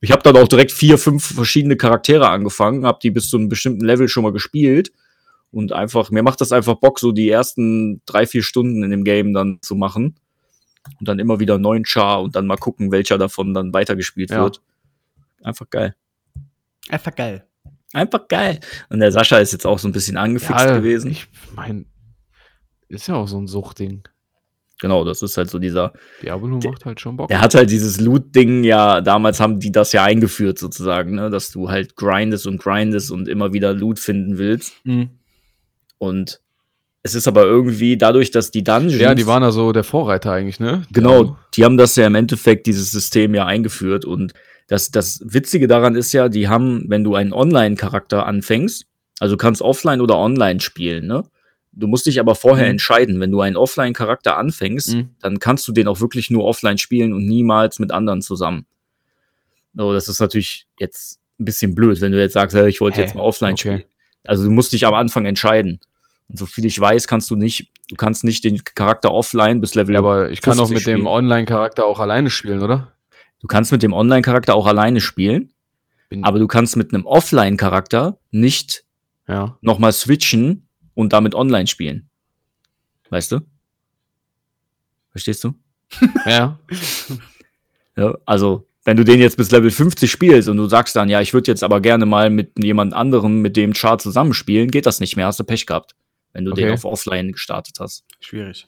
[SPEAKER 1] Ich habe dann auch direkt vier, fünf verschiedene Charaktere angefangen, habe die bis zu einem bestimmten Level schon mal gespielt und einfach, mir macht das einfach Bock, so die ersten drei, vier Stunden in dem Game dann zu machen. Und dann immer wieder einen neuen Char und dann mal gucken, welcher davon dann weitergespielt
[SPEAKER 4] Ja.
[SPEAKER 1] wird. Einfach geil.
[SPEAKER 5] Einfach geil.
[SPEAKER 1] Einfach geil. Und der Sascha ist jetzt auch so ein bisschen angefixt
[SPEAKER 4] ja,
[SPEAKER 1] gewesen.
[SPEAKER 4] Ich meine, ist ja auch so ein Suchtding.
[SPEAKER 1] Genau, das ist halt so dieser.
[SPEAKER 4] Diablo
[SPEAKER 1] Der-
[SPEAKER 4] macht halt schon Bock.
[SPEAKER 1] Der hat halt dieses Loot-Ding ja, damals haben die das ja eingeführt sozusagen, ne? dass du halt grindest und grindest und immer wieder Loot finden willst.
[SPEAKER 4] Mhm.
[SPEAKER 1] Und es ist aber irgendwie dadurch, dass die Dungeons.
[SPEAKER 4] Ja, die waren ja so der Vorreiter eigentlich, ne?
[SPEAKER 1] Genau, die haben das ja im Endeffekt, dieses System ja eingeführt. Und das, das Witzige daran ist ja, die haben, wenn du einen Online-Charakter anfängst, also du kannst offline oder online spielen, ne? Du musst dich aber vorher
[SPEAKER 4] Mhm.
[SPEAKER 1] entscheiden, wenn du einen Offline-Charakter anfängst,
[SPEAKER 4] Mhm.
[SPEAKER 1] dann kannst du den auch wirklich nur offline spielen und niemals mit anderen zusammen. So, das ist natürlich jetzt ein bisschen blöd, wenn du jetzt sagst, hey, ich wollte
[SPEAKER 4] Hä?
[SPEAKER 1] jetzt mal offline
[SPEAKER 4] Okay.
[SPEAKER 1] spielen. Also du musst dich am Anfang entscheiden. Und so viel ich weiß, kannst du nicht, du kannst nicht den Charakter offline bis Level
[SPEAKER 4] Ja, aber ich kann auch
[SPEAKER 1] 50
[SPEAKER 4] mit dem
[SPEAKER 1] Mhm. spielen.
[SPEAKER 4] Online-Charakter auch alleine spielen, oder?
[SPEAKER 1] Du kannst mit dem Online-Charakter auch alleine spielen,
[SPEAKER 4] Bin-
[SPEAKER 1] aber du kannst mit einem Offline-Charakter nicht
[SPEAKER 4] Ja.
[SPEAKER 1] nochmal switchen und damit online spielen. Weißt du? Verstehst du?
[SPEAKER 4] Ja.
[SPEAKER 1] Ja, also, wenn du den jetzt bis Level 50 spielst und du sagst dann, ja, ich würde jetzt aber gerne mal mit jemand anderem mit dem Char zusammenspielen, geht das nicht mehr, hast du Pech gehabt, wenn du den
[SPEAKER 4] Okay.
[SPEAKER 1] auf Offline gestartet hast.
[SPEAKER 5] Schwierig.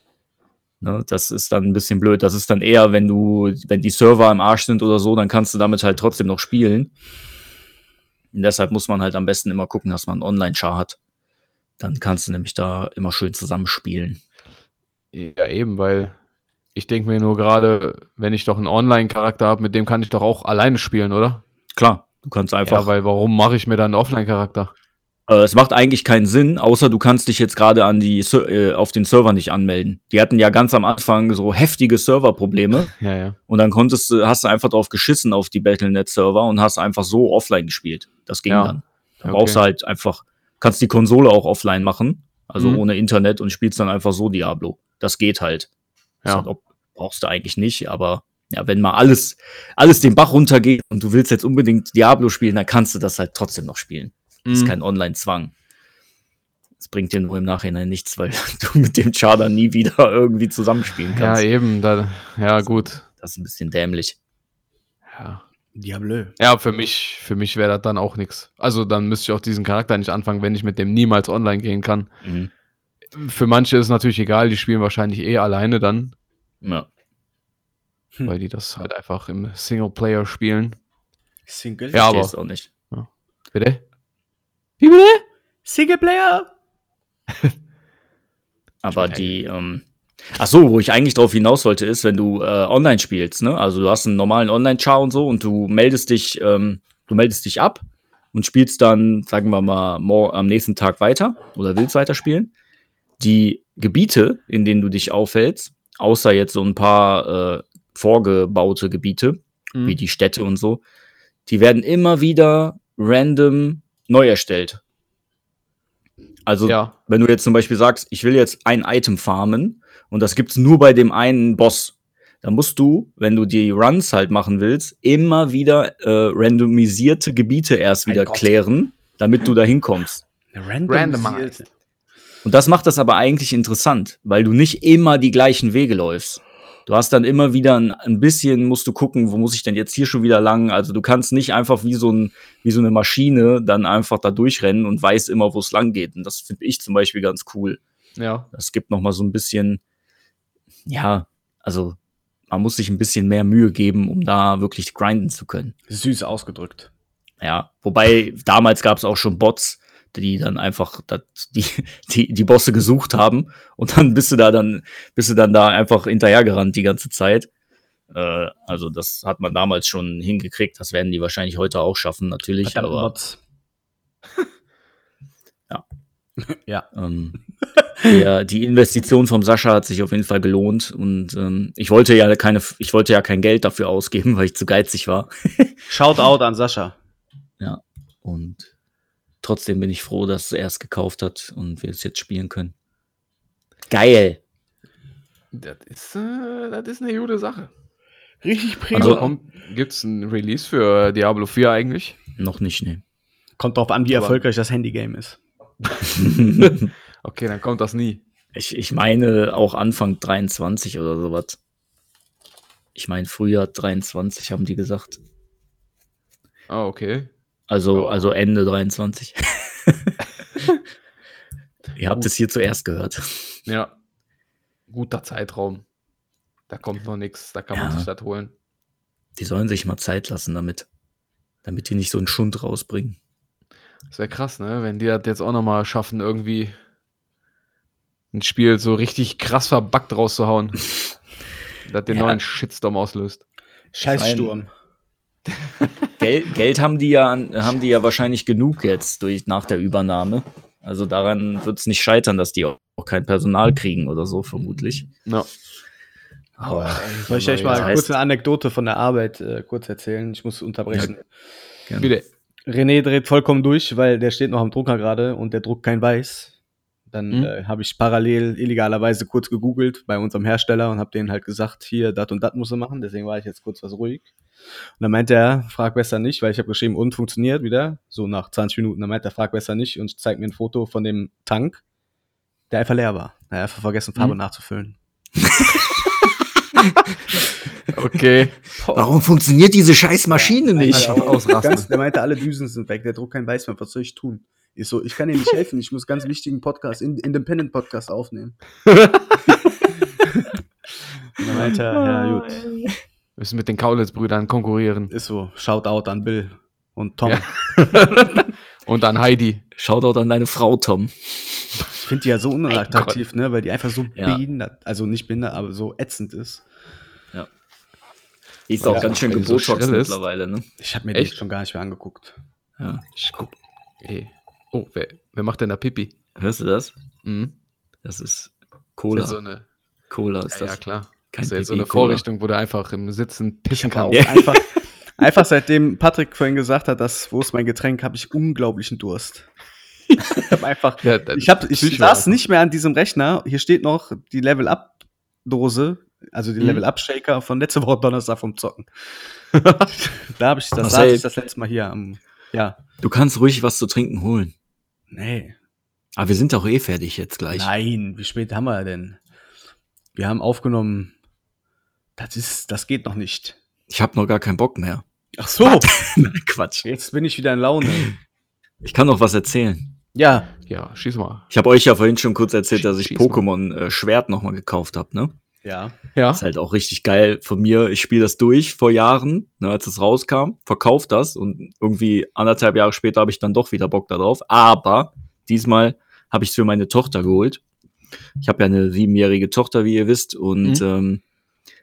[SPEAKER 1] Ne? Das ist dann ein bisschen blöd. Das ist dann eher, wenn du, wenn die Server im Arsch sind oder so, dann kannst du damit halt trotzdem noch spielen. Und deshalb muss man halt am besten immer gucken, dass man einen Online-Char hat. Dann kannst du nämlich da immer schön zusammenspielen.
[SPEAKER 4] Ja, eben, weil ich denke mir nur gerade, wenn ich doch einen Online-Charakter habe, mit dem kann ich doch auch alleine spielen, oder?
[SPEAKER 1] Klar, du kannst einfach
[SPEAKER 4] Ja, weil warum mache ich mir dann einen Offline-Charakter?
[SPEAKER 1] Äh, es macht eigentlich keinen Sinn, außer du kannst dich jetzt gerade an die Ser- äh, auf den Server nicht anmelden. Die hatten ja ganz am Anfang so heftige Serverprobleme
[SPEAKER 4] Ja, ja.
[SPEAKER 1] und dann konntest du, hast du einfach drauf geschissen auf die Battlenet-Server und hast einfach so offline gespielt. Das ging
[SPEAKER 4] Ja.
[SPEAKER 1] dann. Da
[SPEAKER 4] Okay.
[SPEAKER 1] brauchst du halt einfach, kannst die Konsole auch offline machen, also
[SPEAKER 4] Mhm.
[SPEAKER 1] ohne Internet und spielst dann einfach so Diablo. Das geht halt. Das
[SPEAKER 4] Ja.
[SPEAKER 1] hat auch- brauchst du eigentlich nicht, aber ja, wenn mal alles, alles den Bach runtergeht und du willst jetzt unbedingt Diablo spielen, dann kannst du das halt trotzdem noch spielen. Das ist
[SPEAKER 4] Mhm.
[SPEAKER 1] kein Online-Zwang. Das bringt dir nur im Nachhinein nichts, weil du mit dem Charter nie wieder irgendwie zusammenspielen
[SPEAKER 4] Ja, eh.
[SPEAKER 1] kannst.
[SPEAKER 4] eben, da, ja, gut.
[SPEAKER 1] das ist ein bisschen dämlich.
[SPEAKER 4] Ja.
[SPEAKER 5] Diablö.
[SPEAKER 4] Ja, für mich, für mich wäre das dann auch nichts. Also dann müsste ich auch diesen Charakter nicht anfangen, wenn ich mit dem niemals online gehen kann.
[SPEAKER 1] Mhm.
[SPEAKER 4] Für manche ist es natürlich egal, die spielen wahrscheinlich eh alleine dann,
[SPEAKER 1] Ja.
[SPEAKER 5] Hm.
[SPEAKER 4] weil die das halt einfach im Singleplayer spielen.
[SPEAKER 5] Single?
[SPEAKER 4] Ja, aber.
[SPEAKER 1] Verstehst auch nicht.
[SPEAKER 4] Bitte? Wie bitte?
[SPEAKER 5] Singleplayer?
[SPEAKER 1] Aber die, ähm, ach so, wo ich eigentlich drauf hinaus wollte, ist, wenn du äh, online spielst, ne? Also du hast einen normalen Online-Char und so und du meldest dich, ähm, du meldest dich ab und spielst dann, sagen wir mal, mor- am nächsten Tag weiter oder willst weiterspielen. Die Gebiete, in denen du dich aufhältst, außer jetzt so ein paar äh, vorgebaute Gebiete,
[SPEAKER 4] Mhm. Hm.
[SPEAKER 1] wie die Städte und so, die werden immer wieder random neu erstellt. Also
[SPEAKER 4] Ja,
[SPEAKER 1] wenn du jetzt zum Beispiel sagst, ich will jetzt ein Item farmen und das gibt's nur bei dem einen Boss, dann musst du, wenn du die Runs halt machen willst, immer wieder äh, randomisierte Gebiete erst
[SPEAKER 5] Mein
[SPEAKER 1] wieder
[SPEAKER 5] Gott.
[SPEAKER 1] klären, damit du da hinkommst.
[SPEAKER 5] Randomized.
[SPEAKER 1] Und das macht das aber eigentlich interessant, weil du nicht immer die gleichen Wege läufst. Du hast dann immer wieder ein, ein bisschen, musst du gucken, wo muss ich denn jetzt hier schon wieder lang? Also du kannst nicht einfach wie so, ein, wie so eine Maschine dann einfach da durchrennen und weißt immer, wo es lang geht. Und das finde ich zum Beispiel ganz cool.
[SPEAKER 4] ja.
[SPEAKER 1] Es gibt noch mal so ein bisschen, ja, also man muss sich ein bisschen mehr Mühe geben, um da wirklich grinden zu können.
[SPEAKER 5] Süß ausgedrückt.
[SPEAKER 1] Ja, wobei damals gab es auch schon Bots, die dann einfach das, die, die, die Bosse gesucht haben und dann bist du da dann bist du dann da einfach hinterhergerannt die ganze Zeit. Äh, also das hat man damals schon hingekriegt. Das werden die wahrscheinlich heute auch schaffen, natürlich.
[SPEAKER 5] Verdammt,
[SPEAKER 1] aber
[SPEAKER 5] Bots.
[SPEAKER 1] Ja.
[SPEAKER 5] ja.
[SPEAKER 1] Ähm, der, die Investition vom Sascha hat sich auf jeden Fall gelohnt und ähm, ich wollte ja keine, ich wollte ja kein Geld dafür ausgeben, weil ich zu geizig war.
[SPEAKER 5] Shoutout an Sascha.
[SPEAKER 1] Und trotzdem bin ich froh, dass er es gekauft hat und wir es jetzt spielen können. Geil.
[SPEAKER 4] Das ist, äh, das ist eine gute Sache.
[SPEAKER 5] Richtig
[SPEAKER 1] Also-
[SPEAKER 4] Also, gibt es ein Release für äh, Diablo 4 eigentlich?
[SPEAKER 1] Noch nicht, ne.
[SPEAKER 5] Kommt drauf an, wie
[SPEAKER 4] Aber-
[SPEAKER 5] erfolgreich das Handygame ist.
[SPEAKER 4] Okay, dann kommt das nie.
[SPEAKER 1] ich, ich meine auch Anfang 23 oder sowas. Ich meine Frühjahr 23 haben die gesagt.
[SPEAKER 4] Ah, okay.
[SPEAKER 1] Also,
[SPEAKER 4] Oh.
[SPEAKER 1] also Ende 23. Ihr habt es hier zuerst gehört.
[SPEAKER 4] Ja. Guter Zeitraum. Da kommt noch nichts, da kann
[SPEAKER 1] Ja.
[SPEAKER 4] man sich das holen.
[SPEAKER 1] Die sollen sich mal Zeit lassen damit. Damit die nicht so einen Schund rausbringen.
[SPEAKER 4] Das wäre krass, ne? Wenn die das jetzt auch nochmal schaffen, irgendwie ein Spiel so richtig krass verbuggt rauszuhauen. das den
[SPEAKER 1] Ja.
[SPEAKER 4] neuen Shitstorm auslöst.
[SPEAKER 5] Scheißsturm.
[SPEAKER 1] Geld, Geld haben die ja an- haben die ja wahrscheinlich genug jetzt durch nach der Übernahme. Also daran wird es nicht scheitern, dass die auch kein Personal kriegen oder so, vermutlich.
[SPEAKER 4] Ja.
[SPEAKER 1] Aber
[SPEAKER 5] Soll ich euch mal
[SPEAKER 1] Genau, Das heißt-
[SPEAKER 5] kurz eine Anekdote von der Arbeit äh, kurz erzählen? Ich muss unterbrechen.
[SPEAKER 4] Wieder.
[SPEAKER 5] René dreht vollkommen durch, weil der steht noch am Drucker gerade und der druckt kein Weiß. Dann
[SPEAKER 4] Mhm.
[SPEAKER 5] äh, habe ich parallel illegalerweise kurz gegoogelt bei unserem Hersteller und habe denen halt gesagt, hier, dat und dat musst du machen. Deswegen war ich jetzt kurz was ruhig. Und dann meinte er, frag besser nicht, weil ich habe geschrieben, und funktioniert wieder. So nach 20 Minuten. Dann meinte er, frag besser nicht und zeigt mir ein Foto von dem Tank, der einfach leer war. Er hat einfach vergessen, Farbe
[SPEAKER 1] Mhm.
[SPEAKER 5] nachzufüllen.
[SPEAKER 4] Okay.
[SPEAKER 1] Warum funktioniert diese scheiß Maschine nicht?
[SPEAKER 4] Einfach ausrasten.
[SPEAKER 5] Ganz, der meinte, alle Düsen sind weg, der Druck kein Weiß mehr, was soll ich tun? Ich so, ich kann dir nicht helfen, ich muss ganz wichtigen Podcast, in- Independent Podcast aufnehmen. Und dann meinte er, ja
[SPEAKER 4] Ah,
[SPEAKER 5] gut,
[SPEAKER 4] Müssen mit den Kaulitz-Brüdern konkurrieren.
[SPEAKER 5] ist so, Shoutout an Bill und Tom.
[SPEAKER 4] Ja. Und dann Heidi.
[SPEAKER 1] Shoutout an deine Frau, Tom.
[SPEAKER 5] Ich finde die ja so unattraktiv, ne, weil die einfach so
[SPEAKER 1] Ja.
[SPEAKER 5] behindert, also nicht behindert, aber so ätzend ist.
[SPEAKER 1] Die ist auch
[SPEAKER 4] Ja,
[SPEAKER 1] ganz schön
[SPEAKER 4] wenn die so
[SPEAKER 1] gebotoxt
[SPEAKER 4] schrill ist.
[SPEAKER 1] mittlerweile, ne?
[SPEAKER 5] Ich habe mir
[SPEAKER 4] Echt?
[SPEAKER 5] die schon gar nicht mehr angeguckt.
[SPEAKER 1] Ja.
[SPEAKER 4] Ich guck. Ey. Oh, wer, wer macht denn da Pipi?
[SPEAKER 1] Hörst du das?
[SPEAKER 4] Mhm.
[SPEAKER 1] Das ist
[SPEAKER 4] Ist
[SPEAKER 1] Cola.
[SPEAKER 4] ja so eine,
[SPEAKER 1] Cola ist
[SPEAKER 4] ja, ja,
[SPEAKER 1] das.
[SPEAKER 4] klar.
[SPEAKER 1] kein
[SPEAKER 4] ist ja jetzt so
[SPEAKER 1] Pipi,
[SPEAKER 4] eine
[SPEAKER 1] Cola.
[SPEAKER 4] Vorrichtung, wo du einfach im Sitzen pissen
[SPEAKER 5] Aber auch
[SPEAKER 4] kannst.
[SPEAKER 5] einfach, einfach seitdem Patrick vorhin gesagt hat, dass, wo ist mein Getränk, habe ich unglaublichen Durst. ich habe einfach
[SPEAKER 4] Ja, dann
[SPEAKER 5] Ich, hab, ich
[SPEAKER 4] Psycho
[SPEAKER 5] saß
[SPEAKER 4] einfach.
[SPEAKER 5] nicht mehr an diesem Rechner. Hier steht noch die Level-Up-Dose, also die
[SPEAKER 4] Mhm.
[SPEAKER 5] Level-Up-Shaker von letzte Woche Donnerstag vom Zocken. da habe ich das, saß
[SPEAKER 1] Marcel.
[SPEAKER 5] ich das letzte Mal hier am. Ja.
[SPEAKER 1] Du kannst ruhig was zu trinken holen.
[SPEAKER 5] Nee.
[SPEAKER 1] Aber wir sind doch eh fertig jetzt gleich.
[SPEAKER 5] Nein, wie spät haben wir denn? Wir haben aufgenommen. Das ist, das geht noch nicht.
[SPEAKER 1] Ich habe noch gar keinen Bock mehr.
[SPEAKER 5] Ach so,
[SPEAKER 1] Quatsch.
[SPEAKER 5] jetzt bin ich wieder in Laune.
[SPEAKER 1] Ich kann noch was erzählen.
[SPEAKER 5] Ja,
[SPEAKER 4] Ja, schieß mal.
[SPEAKER 1] Ich habe euch ja vorhin schon kurz erzählt, dass ich
[SPEAKER 4] Schieß mal.
[SPEAKER 1] Pokémon äh, Schwert nochmal gekauft habe, ne?
[SPEAKER 5] ja.
[SPEAKER 4] Ja.
[SPEAKER 1] Ist halt auch richtig geil von mir. Ich spiele das durch vor Jahren, ne, als es rauskam, verkauft das und irgendwie anderthalb Jahre später habe ich dann doch wieder Bock darauf. Aber diesmal habe ich es für meine Tochter geholt. Ich habe ja eine siebenjährige Tochter, wie ihr wisst, und
[SPEAKER 4] Mhm.
[SPEAKER 1] ähm,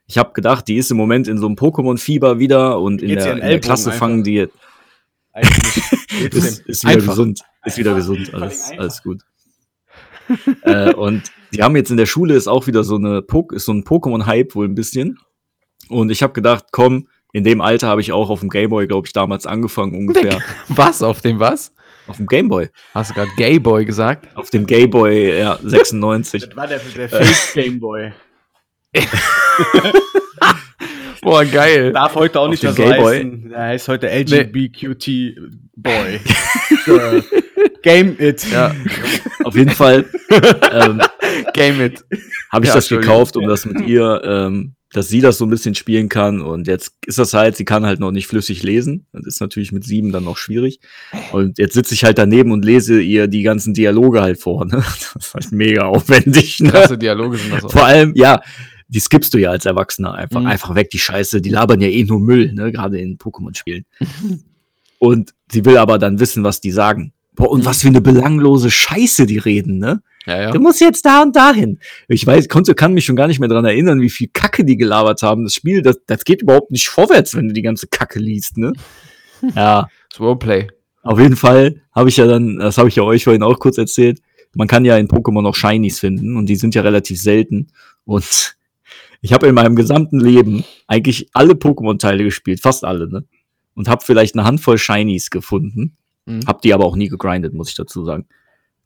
[SPEAKER 1] ich habe gedacht, die ist im Moment in so einem Pokémon-Fieber wieder und in
[SPEAKER 5] Geht's
[SPEAKER 1] der,
[SPEAKER 5] ihren
[SPEAKER 1] in der
[SPEAKER 5] Ellbogen
[SPEAKER 1] Klasse
[SPEAKER 5] einfach?
[SPEAKER 1] fangen die
[SPEAKER 5] Eigentlich geht's
[SPEAKER 1] ist,
[SPEAKER 5] dem.
[SPEAKER 1] ist wieder
[SPEAKER 4] Einfach.
[SPEAKER 1] gesund. Ist wieder gesund, alles, alles gut. äh, und die haben jetzt in der Schule ist auch wieder so eine Pok ist so ein Pokémon-Hype wohl ein bisschen. Und ich habe gedacht, komm, in dem Alter habe ich auch auf dem Gameboy, glaube ich, damals angefangen ungefähr.
[SPEAKER 4] Was? Auf dem was?
[SPEAKER 1] Auf dem Gameboy.
[SPEAKER 4] Hast du gerade Gayboy gesagt?
[SPEAKER 1] Auf dem Gameboy ja, 96.
[SPEAKER 5] Das war der, der Fake Gameboy.
[SPEAKER 4] Boah, geil.
[SPEAKER 5] Darf heute auch nicht
[SPEAKER 1] den
[SPEAKER 5] mehr so
[SPEAKER 1] Gameboy?
[SPEAKER 5] heißen. Er heißt heute LGBTQT Boy. So, Game it.
[SPEAKER 4] Ja,
[SPEAKER 1] Auf jeden Fall ähm,
[SPEAKER 4] game it.
[SPEAKER 1] habe ich
[SPEAKER 4] Ja,
[SPEAKER 1] das
[SPEAKER 4] Entschuldigung.
[SPEAKER 1] gekauft, um das mit ihr, ähm, dass sie das so ein bisschen spielen kann. Und jetzt ist das halt, sie kann halt noch nicht flüssig lesen. Das ist natürlich mit sieben dann noch schwierig. Und jetzt sitze ich halt daneben und lese ihr die ganzen Dialoge halt vor. Ne? Das ist halt mega aufwendig. Ne?
[SPEAKER 4] Krasse Dialoge sind das auch.
[SPEAKER 1] Vor allem, ja, die skippst du ja als Erwachsener einfach.
[SPEAKER 4] Mhm.
[SPEAKER 1] Einfach weg, die Scheiße. Die labern ja eh nur Müll, ne? gerade in Pokémon-Spielen. und sie will aber dann wissen, was die sagen. Boah, und
[SPEAKER 4] Mhm.
[SPEAKER 1] was für eine belanglose Scheiße die reden, ne?
[SPEAKER 4] Ja,
[SPEAKER 1] Du
[SPEAKER 4] ja.
[SPEAKER 1] musst jetzt da und dahin. Ich weiß, konnte, kann mich schon gar nicht mehr dran erinnern, wie viel Kacke die gelabert haben. Das Spiel, das, das geht überhaupt nicht vorwärts, wenn du die ganze Kacke liest, ne? Ja,
[SPEAKER 4] Das Roleplay.
[SPEAKER 1] auf jeden Fall habe ich ja dann, das habe ich ja euch vorhin auch kurz erzählt, man kann ja in Pokémon auch Shinies finden und die sind ja relativ selten. Und ich habe in meinem gesamten Leben eigentlich alle Pokémon-Teile gespielt, fast alle, ne? Und habe vielleicht eine Handvoll Shinies gefunden,
[SPEAKER 4] Mhm.
[SPEAKER 1] habe die aber auch nie gegrindet, muss ich dazu sagen.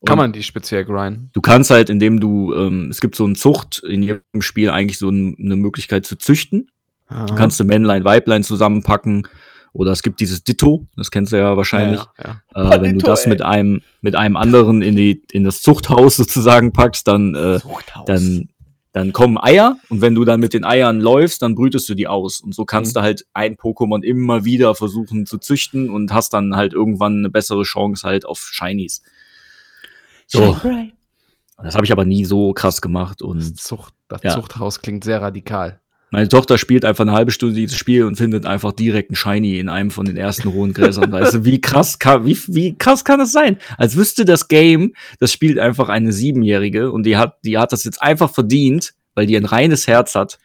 [SPEAKER 4] Kann man die speziell grinden?
[SPEAKER 1] Du kannst halt, indem du, ähm, es gibt so einen Zucht in jedem Spiel eigentlich so n- eine Möglichkeit zu züchten.
[SPEAKER 4] Aha.
[SPEAKER 1] Du kannst du Männlein, Weiblein zusammenpacken oder es gibt dieses Ditto, das kennst du ja wahrscheinlich.
[SPEAKER 4] Ja, ja.
[SPEAKER 1] Äh, wenn du das mit einem mit einem anderen in die in das Zuchthaus sozusagen packst, dann äh,
[SPEAKER 5] Zuchthaus.
[SPEAKER 1] dann dann kommen Eier und wenn du dann mit den Eiern läufst, dann brütest du die aus und so kannst
[SPEAKER 4] Mhm.
[SPEAKER 1] du halt ein Pokémon immer wieder versuchen zu züchten und hast dann halt irgendwann eine bessere Chance halt auf Shinies. So, das habe ich aber nie so krass gemacht
[SPEAKER 4] Das,
[SPEAKER 1] und
[SPEAKER 4] Zucht, das
[SPEAKER 1] Ja.
[SPEAKER 4] Zuchthaus klingt sehr radikal.
[SPEAKER 1] meine Tochter spielt einfach eine halbe Stunde dieses Spiel und findet einfach direkt einen Shiny in einem von den ersten hohen Gräsern. weißt du, wie krass kann, wie, wie krass kann das sein? Als wüsste das Game, das spielt einfach eine Siebenjährige und die hat, die hat das jetzt einfach verdient, weil die ein reines Herz hat.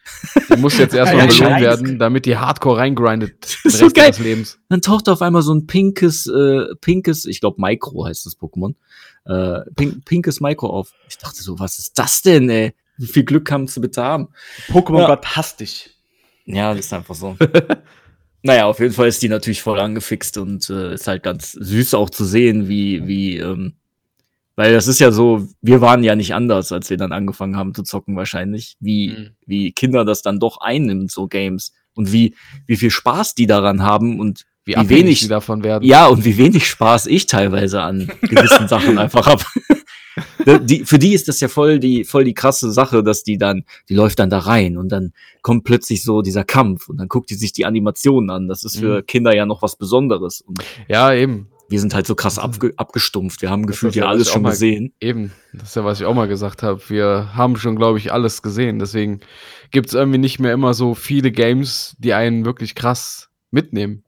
[SPEAKER 4] Die muss jetzt erstmal
[SPEAKER 1] Ja, ja,
[SPEAKER 4] belohnt
[SPEAKER 1] scheiße.
[SPEAKER 4] werden, damit die Hardcore reingrindet.
[SPEAKER 1] ist so geil.
[SPEAKER 4] ihres Lebens.
[SPEAKER 1] Dann taucht auf einmal so ein pinkes, äh, pinkes, ich glaube Micro heißt das Pokémon, äh, pink, pinkes Micro auf. Ich dachte so, was ist das denn, ey? Wie viel Glück kannst du bitte haben?
[SPEAKER 5] Pokémon-Gott hasst dich.
[SPEAKER 1] Ja, das ist einfach so. naja, auf jeden Fall ist die natürlich voll angefixt und äh, ist halt ganz süß auch zu sehen, wie, wie, ähm, Weil das ist ja so, wir waren ja nicht anders, als wir dann angefangen haben zu zocken wahrscheinlich, wie,
[SPEAKER 4] Mhm.
[SPEAKER 1] wie Kinder das dann doch einnimmt, so Games. Und wie, wie viel Spaß die daran haben und
[SPEAKER 4] Wie,
[SPEAKER 1] Wie
[SPEAKER 4] abhängig
[SPEAKER 1] wenig-
[SPEAKER 4] die davon werden.
[SPEAKER 1] ja, und wie wenig Spaß ich teilweise an gewissen Sachen einfach hab. Die, für die ist das ja voll die, voll die krasse Sache, dass die dann, die läuft dann da rein und dann kommt plötzlich so dieser Kampf und dann guckt die sich die Animationen an. Das ist
[SPEAKER 4] Mhm.
[SPEAKER 1] für Kinder ja noch was Besonderes. Und
[SPEAKER 4] ja, eben.
[SPEAKER 1] wir sind halt so krass abge abgestumpft. Wir haben
[SPEAKER 4] Mhm. Das
[SPEAKER 1] gefühlt
[SPEAKER 4] ist ja
[SPEAKER 1] ja alles
[SPEAKER 4] auch
[SPEAKER 1] schon
[SPEAKER 4] mal-
[SPEAKER 1] gesehen.
[SPEAKER 4] Eben, das ist ja, was ich auch mal gesagt habe. Wir haben schon, glaube ich, alles gesehen. Deswegen gibt es irgendwie nicht mehr immer so viele Games, die einen wirklich krass mitnehmen.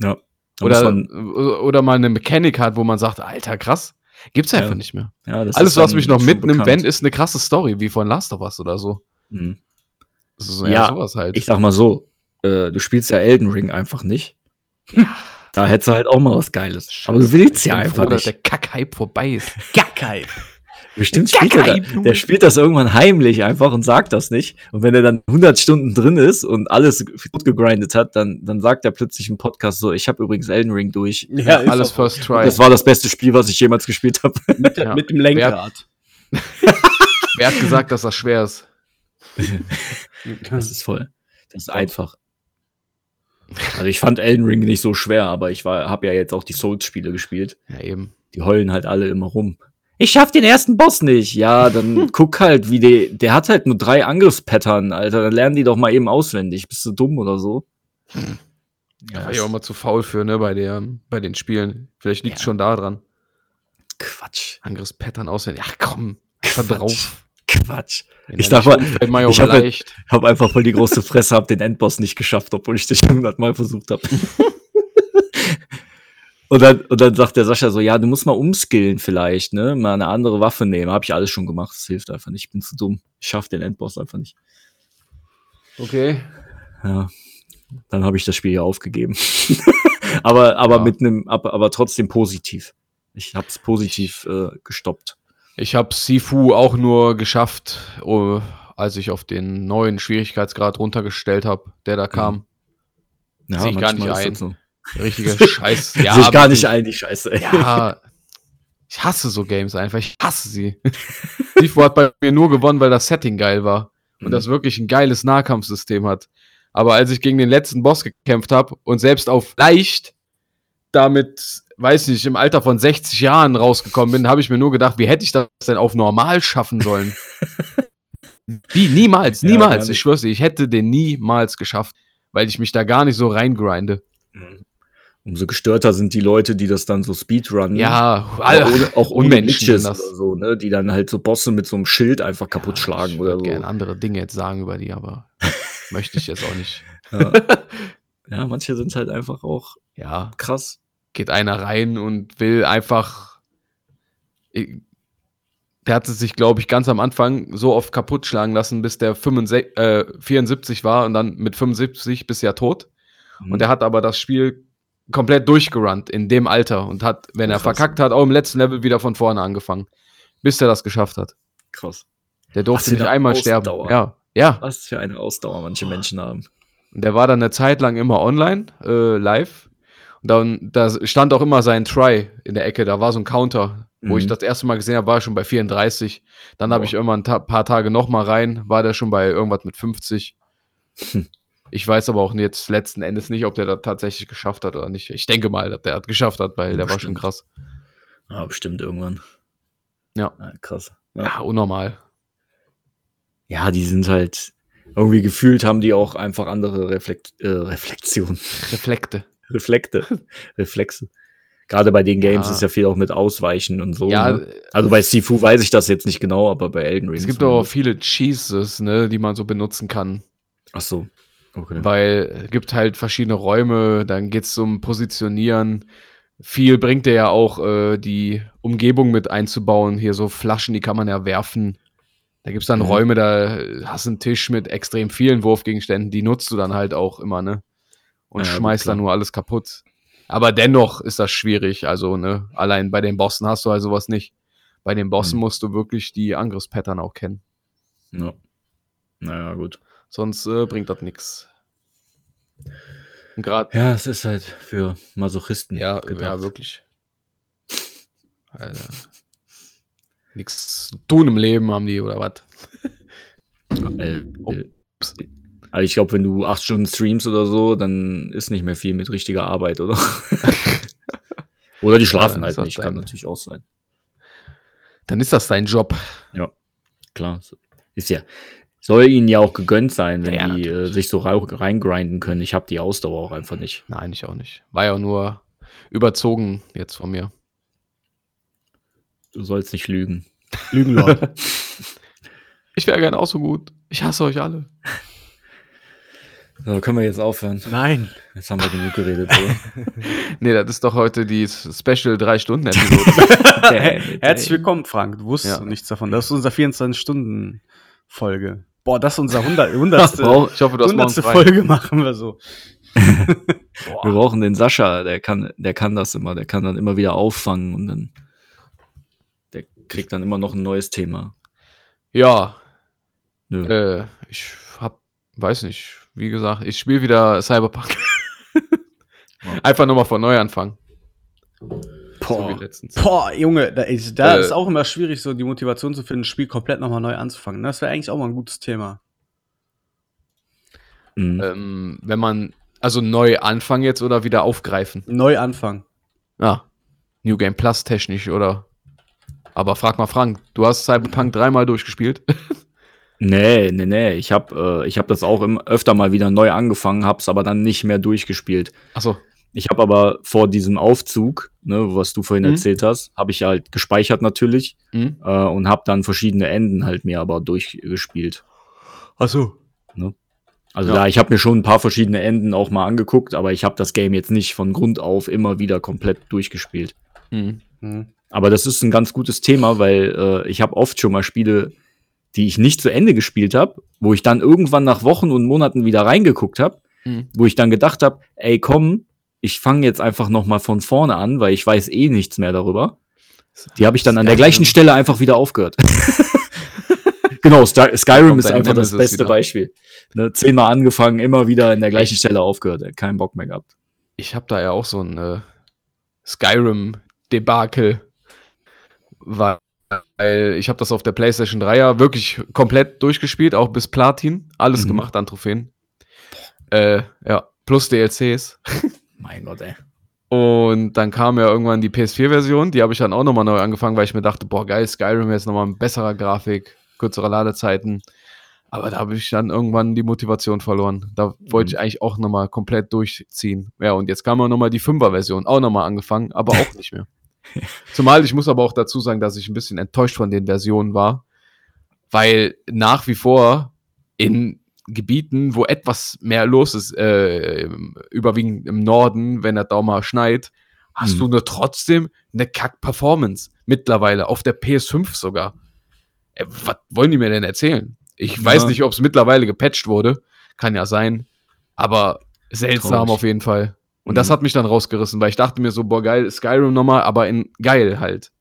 [SPEAKER 1] Ja. Da muss
[SPEAKER 4] Oder,
[SPEAKER 1] man-
[SPEAKER 4] oder mal eine Mechanik hat, wo man sagt, alter, krass. Gibt's
[SPEAKER 1] Ja.
[SPEAKER 4] einfach nicht mehr.
[SPEAKER 1] ja, das
[SPEAKER 4] Alles,
[SPEAKER 1] ist dann
[SPEAKER 4] was mich noch
[SPEAKER 1] schon
[SPEAKER 4] mitnimmt, wenn,
[SPEAKER 1] bekannt.
[SPEAKER 4] ist eine krasse Story, wie von Last of Us oder so.
[SPEAKER 1] Mhm.
[SPEAKER 4] Das ist
[SPEAKER 1] Ja,
[SPEAKER 4] sowas halt.
[SPEAKER 1] Ich sag mal so, äh, du spielst ja Elden Ring einfach nicht. Da hättest du halt auch mal was Geiles. Aber du willst ja
[SPEAKER 4] bin
[SPEAKER 1] einfach
[SPEAKER 4] froh, dass
[SPEAKER 1] nicht.
[SPEAKER 4] der Kack-Hype vorbei ist.
[SPEAKER 5] Gackei.
[SPEAKER 1] Bestimmt spielt er
[SPEAKER 4] Kackei,
[SPEAKER 1] da, der spielt das irgendwann heimlich einfach und sagt das nicht. Und wenn er dann 100 Stunden drin ist und alles gut gegrindet hat, dann, dann sagt er plötzlich im Podcast so, ich habe übrigens Elden Ring durch.
[SPEAKER 5] Ja, ist
[SPEAKER 4] Alles
[SPEAKER 5] auch-
[SPEAKER 4] First Try.
[SPEAKER 1] Das war das beste Spiel, was ich jemals gespielt habe.
[SPEAKER 5] mit,
[SPEAKER 4] Ja.
[SPEAKER 5] mit dem Lenkrad.
[SPEAKER 4] Wer hat gesagt, dass das schwer ist?
[SPEAKER 1] Das ist voll. Das ist einfach. Also ich fand Elden Ring nicht so schwer, aber ich habe ja jetzt auch die Souls-Spiele gespielt.
[SPEAKER 4] Ja, eben.
[SPEAKER 1] Die heulen halt alle immer rum. Ich schaff den ersten Boss nicht. Ja, dann guck halt, wie der, der hat halt nur drei Angriffspattern, Alter. Dann lernen die doch mal eben auswendig. Bist du dumm oder so?
[SPEAKER 4] Ja, war ich auch immer zu faul für, ne, bei, der, bei den Spielen. Vielleicht liegt es
[SPEAKER 1] Ja.
[SPEAKER 4] schon da dran.
[SPEAKER 1] Quatsch,
[SPEAKER 4] Angriffspattern auswählen. Ach komm, einfach
[SPEAKER 1] Quatsch.
[SPEAKER 4] drauf.
[SPEAKER 1] Quatsch.
[SPEAKER 4] Wenn
[SPEAKER 1] Ich
[SPEAKER 4] er
[SPEAKER 1] sag mal,
[SPEAKER 4] nicht umfällt, mach ich auch
[SPEAKER 1] ich
[SPEAKER 4] mal
[SPEAKER 1] hab-
[SPEAKER 4] leicht.
[SPEAKER 1] Ich habe einfach voll die große Fresse, hab den Endboss nicht geschafft, obwohl ich das schon hundertmal versucht habe. und, dann, und dann sagt der Sascha so, ja, du musst mal umskillen vielleicht, ne? Mal eine andere Waffe nehmen. Habe ich alles schon gemacht, das hilft einfach nicht. Ich bin zu dumm. Ich schaff den Endboss einfach nicht.
[SPEAKER 4] Okay.
[SPEAKER 1] Ja. Dann habe ich das Spiel ja aufgegeben. aber aber
[SPEAKER 4] Ja.
[SPEAKER 1] mit einem, aber, aber trotzdem positiv. Ich habe es positiv äh, gestoppt.
[SPEAKER 4] Ich habe Sifu auch nur geschafft, oh, als ich auf den neuen Schwierigkeitsgrad runtergestellt habe, der da kam.
[SPEAKER 1] Mhm. Ja,
[SPEAKER 4] Sehe ich gar nicht
[SPEAKER 1] manchmal ist
[SPEAKER 4] ein.
[SPEAKER 1] das So.
[SPEAKER 4] Richtiger Scheiß.
[SPEAKER 1] Ja, Sehe ich gar nicht
[SPEAKER 4] wirklich.
[SPEAKER 1] ein, die Scheiße. Ey.
[SPEAKER 4] Ja. Ich hasse so Games einfach. Ich hasse sie. Sifu hat bei mir nur gewonnen, weil das Setting geil war. Und
[SPEAKER 1] Mhm.
[SPEAKER 4] das wirklich ein geiles Nahkampfsystem hat. Aber als ich gegen den letzten Boss gekämpft habe und selbst auf leicht damit, weiß nicht, im Alter von 60 Jahren rausgekommen bin, habe ich mir nur gedacht, wie hätte ich das denn auf normal schaffen sollen? wie? Niemals,
[SPEAKER 1] Ja, gar
[SPEAKER 4] niemals.
[SPEAKER 1] nicht.
[SPEAKER 4] ich schwör's dir, ich hätte den niemals geschafft, weil ich mich da gar nicht so reingrinde.
[SPEAKER 1] Umso gestörter sind die Leute, die das dann so speedrunnen.
[SPEAKER 4] Ja,
[SPEAKER 1] Aber Mhm. ohne, auch ohne
[SPEAKER 4] Unmenschen
[SPEAKER 1] Glitches
[SPEAKER 4] sind das.
[SPEAKER 1] oder so, ne? Die dann halt so Bosse mit so einem Schild einfach kaputt
[SPEAKER 4] ich
[SPEAKER 1] schlagen
[SPEAKER 4] würd
[SPEAKER 1] oder so.
[SPEAKER 4] gerne andere Dinge jetzt sagen über die, aber möchte ich jetzt auch nicht.
[SPEAKER 1] Ja. ja, manche sind halt einfach auch
[SPEAKER 4] Ja,
[SPEAKER 1] krass.
[SPEAKER 4] geht einer rein und will einfach. Ich- Der hatte sich, glaube ich, ganz am Anfang so oft kaputt schlagen lassen, bis der 65, äh, 74 war und dann mit 75 bis ja tot. Und der hat aber das Spiel komplett durchgerannt in dem Alter und hat, wenn er
[SPEAKER 1] Krass.
[SPEAKER 4] verkackt hat, auch im letzten Level wieder von vorne angefangen, bis er das geschafft hat.
[SPEAKER 1] krass.
[SPEAKER 4] Der
[SPEAKER 1] Ach,
[SPEAKER 4] durfte
[SPEAKER 1] so
[SPEAKER 4] nicht
[SPEAKER 1] eine
[SPEAKER 4] einmal
[SPEAKER 1] Ausdauer.
[SPEAKER 4] sterben. Ja, ja.
[SPEAKER 1] Was für eine Ausdauer manche Menschen haben.
[SPEAKER 4] Und Der war dann eine Zeit lang immer online, äh, live. Und dann, da stand auch immer sein Try in der Ecke. Da war so ein Counter, wo
[SPEAKER 1] Mhm.
[SPEAKER 4] ich das erste Mal gesehen habe, war er schon bei 34. Dann habe
[SPEAKER 1] Boah.
[SPEAKER 4] ich irgendwann ein ta paar Tage nochmal rein, war der schon bei irgendwas mit 50.
[SPEAKER 1] Hm.
[SPEAKER 4] Ich weiß aber auch jetzt letzten Endes nicht, ob der das tatsächlich geschafft hat oder nicht. Ich denke mal, dass der das geschafft hat, weil der war schon
[SPEAKER 1] Bestimmt.
[SPEAKER 4] krass.
[SPEAKER 1] Ah, bestimmt irgendwann.
[SPEAKER 4] Ja.
[SPEAKER 1] Ah, krass.
[SPEAKER 4] Ja, unnormal.
[SPEAKER 1] Ja, die sind halt irgendwie gefühlt haben die auch einfach andere Reflekt äh, Reflexionen.
[SPEAKER 4] Reflekte.
[SPEAKER 1] Reflekte. Reflexe. Gerade bei den Games
[SPEAKER 4] Ja.
[SPEAKER 1] ist ja viel auch mit Ausweichen und so.
[SPEAKER 4] ja, äh,
[SPEAKER 1] ne? Also bei Sifu weiß ich das jetzt nicht genau, aber bei Elden Ring.
[SPEAKER 4] es gibt
[SPEAKER 1] ist
[SPEAKER 4] auch
[SPEAKER 1] man-
[SPEAKER 4] viele Cheeses, ne, die man so benutzen kann.
[SPEAKER 1] Ach so. Okay.
[SPEAKER 4] weil es gibt halt verschiedene Räume, dann geht es um Positionieren. Viel bringt dir ja auch, äh, die Umgebung mit einzubauen. Hier so Flaschen, die kann man ja werfen. Da gibt es dann
[SPEAKER 1] Mhm.
[SPEAKER 4] Räume, da äh, hast du einen Tisch mit extrem vielen Wurfgegenständen, die nutzt du dann halt auch immer, ne? Und
[SPEAKER 1] Ja, gut,
[SPEAKER 4] schmeißt dann
[SPEAKER 1] klar.
[SPEAKER 4] nur alles kaputt. Aber dennoch ist das schwierig. Also, ne, allein bei den Bossen hast du halt sowas nicht. Bei den Bossen
[SPEAKER 1] Mhm.
[SPEAKER 4] musst du wirklich die Angriffspattern auch kennen.
[SPEAKER 1] Ja. Naja, gut.
[SPEAKER 4] Sonst äh, bringt das nichts. Gerade
[SPEAKER 1] Ja, es ist halt für Masochisten.
[SPEAKER 4] Ja,
[SPEAKER 1] gedacht.
[SPEAKER 4] ja wirklich. Alter. Nichts zu tun im Leben haben die oder was?
[SPEAKER 1] Äh,
[SPEAKER 4] Oh.
[SPEAKER 1] äh, also ich glaube, wenn du acht Stunden streamst oder so, dann ist nicht mehr viel mit richtiger Arbeit, oder? oder die schlafen
[SPEAKER 4] Ja,
[SPEAKER 1] halt
[SPEAKER 4] das
[SPEAKER 1] nicht,
[SPEAKER 4] hat
[SPEAKER 1] kann
[SPEAKER 4] deine-
[SPEAKER 1] natürlich auch sein.
[SPEAKER 4] Dann ist das dein Job.
[SPEAKER 1] Klar, so- ist ja. Soll ihnen ja auch gegönnt sein, wenn
[SPEAKER 4] Ja,
[SPEAKER 1] die äh, sich so rau- reingrinden können. Ich habe die Ausdauer auch einfach nicht.
[SPEAKER 4] Nein, ich auch nicht. War ja nur überzogen jetzt von mir.
[SPEAKER 1] Du sollst nicht lügen.
[SPEAKER 5] Lügenlord.
[SPEAKER 4] Ich wäre gerne auch so gut. Ich hasse euch alle.
[SPEAKER 1] So, können wir jetzt aufhören.
[SPEAKER 5] Nein.
[SPEAKER 1] Jetzt haben wir genug geredet. Oder?
[SPEAKER 4] Nee, das ist doch heute die Special 3-Stunden-Episode.
[SPEAKER 5] Her- Äh, Herzlich willkommen, Frank. Du wusstest
[SPEAKER 4] Ja.
[SPEAKER 5] nichts davon. Das ist unsere 24-Stunden-Folge. Boah, das ist unsere 100. 100.
[SPEAKER 4] ich hoffe, du hast morgen
[SPEAKER 5] 100.
[SPEAKER 4] frei.
[SPEAKER 5] Folge machen wir so.
[SPEAKER 1] Wir brauchen
[SPEAKER 4] Oh.
[SPEAKER 1] den Sascha, der kann, der kann das immer, der kann dann immer wieder auffangen und dann der kriegt dann immer noch ein neues Thema.
[SPEAKER 4] Ja,
[SPEAKER 1] Nö.
[SPEAKER 4] äh, ich hab, weiß nicht, wie gesagt, ich spiele wieder Cyberpunk. Einfach nochmal von neu anfangen. So wie
[SPEAKER 5] Boah.
[SPEAKER 4] letztens.
[SPEAKER 5] Boah, Junge, da, ist, da
[SPEAKER 4] Äh.
[SPEAKER 5] ist auch immer schwierig, so die Motivation zu finden, ein Spiel komplett nochmal neu anzufangen. Das wäre eigentlich auch mal ein gutes Thema.
[SPEAKER 1] Mhm.
[SPEAKER 4] Ähm, wenn man, also neu anfangen jetzt oder wieder aufgreifen.
[SPEAKER 5] Neu anfangen.
[SPEAKER 4] Ja, New Game Plus technisch oder. Aber frag mal Frank, du hast Cyberpunk dreimal durchgespielt.
[SPEAKER 1] Nee, nee, nee. Ich habe äh, ich hab das auch im, öfter mal wieder neu angefangen, hab's aber dann nicht mehr durchgespielt.
[SPEAKER 4] Achso,
[SPEAKER 1] Ich habe aber vor diesem Aufzug, ne, was du vorhin
[SPEAKER 4] Mhm.
[SPEAKER 1] erzählt hast, habe ich halt gespeichert natürlich
[SPEAKER 4] hm?
[SPEAKER 1] äh, und habe dann verschiedene Enden halt mir aber durchgespielt.
[SPEAKER 4] Achso.
[SPEAKER 1] Also
[SPEAKER 4] Ja.
[SPEAKER 1] da, ich habe mir schon ein paar verschiedene Enden auch mal angeguckt, aber ich habe das Game jetzt nicht von Grund auf immer wieder komplett durchgespielt. Mhm.
[SPEAKER 4] Hm.
[SPEAKER 5] Hm.
[SPEAKER 1] Aber das ist ein ganz gutes Thema, weil äh, ich habe oft schon mal Spiele, die ich nicht zu Ende gespielt habe, wo ich dann irgendwann nach Wochen und Monaten wieder reingeguckt habe,
[SPEAKER 4] Hm.
[SPEAKER 1] wo ich dann gedacht habe, ey, komm, ich fange jetzt einfach noch mal von vorne an, weil ich weiß eh nichts mehr darüber. Die habe ich dann an der
[SPEAKER 4] Skyrim.
[SPEAKER 1] gleichen Stelle einfach wieder aufgehört. genau, Sky Skyrim
[SPEAKER 4] kommt
[SPEAKER 1] ist
[SPEAKER 4] dein
[SPEAKER 1] einfach das
[SPEAKER 4] Nemesis
[SPEAKER 1] beste
[SPEAKER 4] wieder.
[SPEAKER 1] Beispiel. Ne, zehnmal angefangen, immer wieder an der gleichen Stelle aufgehört. Keinen Bock mehr gehabt.
[SPEAKER 4] ich habe da ja auch so ein äh, Skyrim-Debakel, weil ich habe das auf der PlayStation 3 ja wirklich komplett durchgespielt, auch bis Platin, alles
[SPEAKER 1] Mhm.
[SPEAKER 4] gemacht an Trophäen. Äh, ja, plus DLCs.
[SPEAKER 1] Mein Gott, ey.
[SPEAKER 4] Und dann kam ja irgendwann die PS4-Version, die habe ich dann auch nochmal neu angefangen, weil ich mir dachte, boah, geil, Skyrim jetzt nochmal mit besserer Grafik, kürzere Ladezeiten. Aber da habe ich dann irgendwann die Motivation verloren. Da wollte ich eigentlich auch nochmal komplett durchziehen. Ja, und jetzt kam auch nochmal die 5er-Version, auch nochmal angefangen, aber auch nicht mehr. Zumal ich muss aber auch dazu sagen, dass ich ein bisschen enttäuscht von den Versionen war, weil nach wie vor in Gebieten, wo etwas mehr los ist, äh, im- überwiegend im Norden, wenn das da mal schneit, hast
[SPEAKER 1] Mhm.
[SPEAKER 4] du nur trotzdem eine Kack-Performance mittlerweile, auf der PS5 sogar. Äh, was wollen die mir denn erzählen? Ich
[SPEAKER 1] Ja.
[SPEAKER 4] weiß nicht, ob es mittlerweile gepatcht wurde, kann ja sein, aber seltsam
[SPEAKER 1] Traurig.
[SPEAKER 4] auf jeden Fall. Und
[SPEAKER 1] Mhm.
[SPEAKER 4] das hat mich dann rausgerissen, weil ich dachte mir so, boah, geil, Skyrim nochmal, aber in geil halt.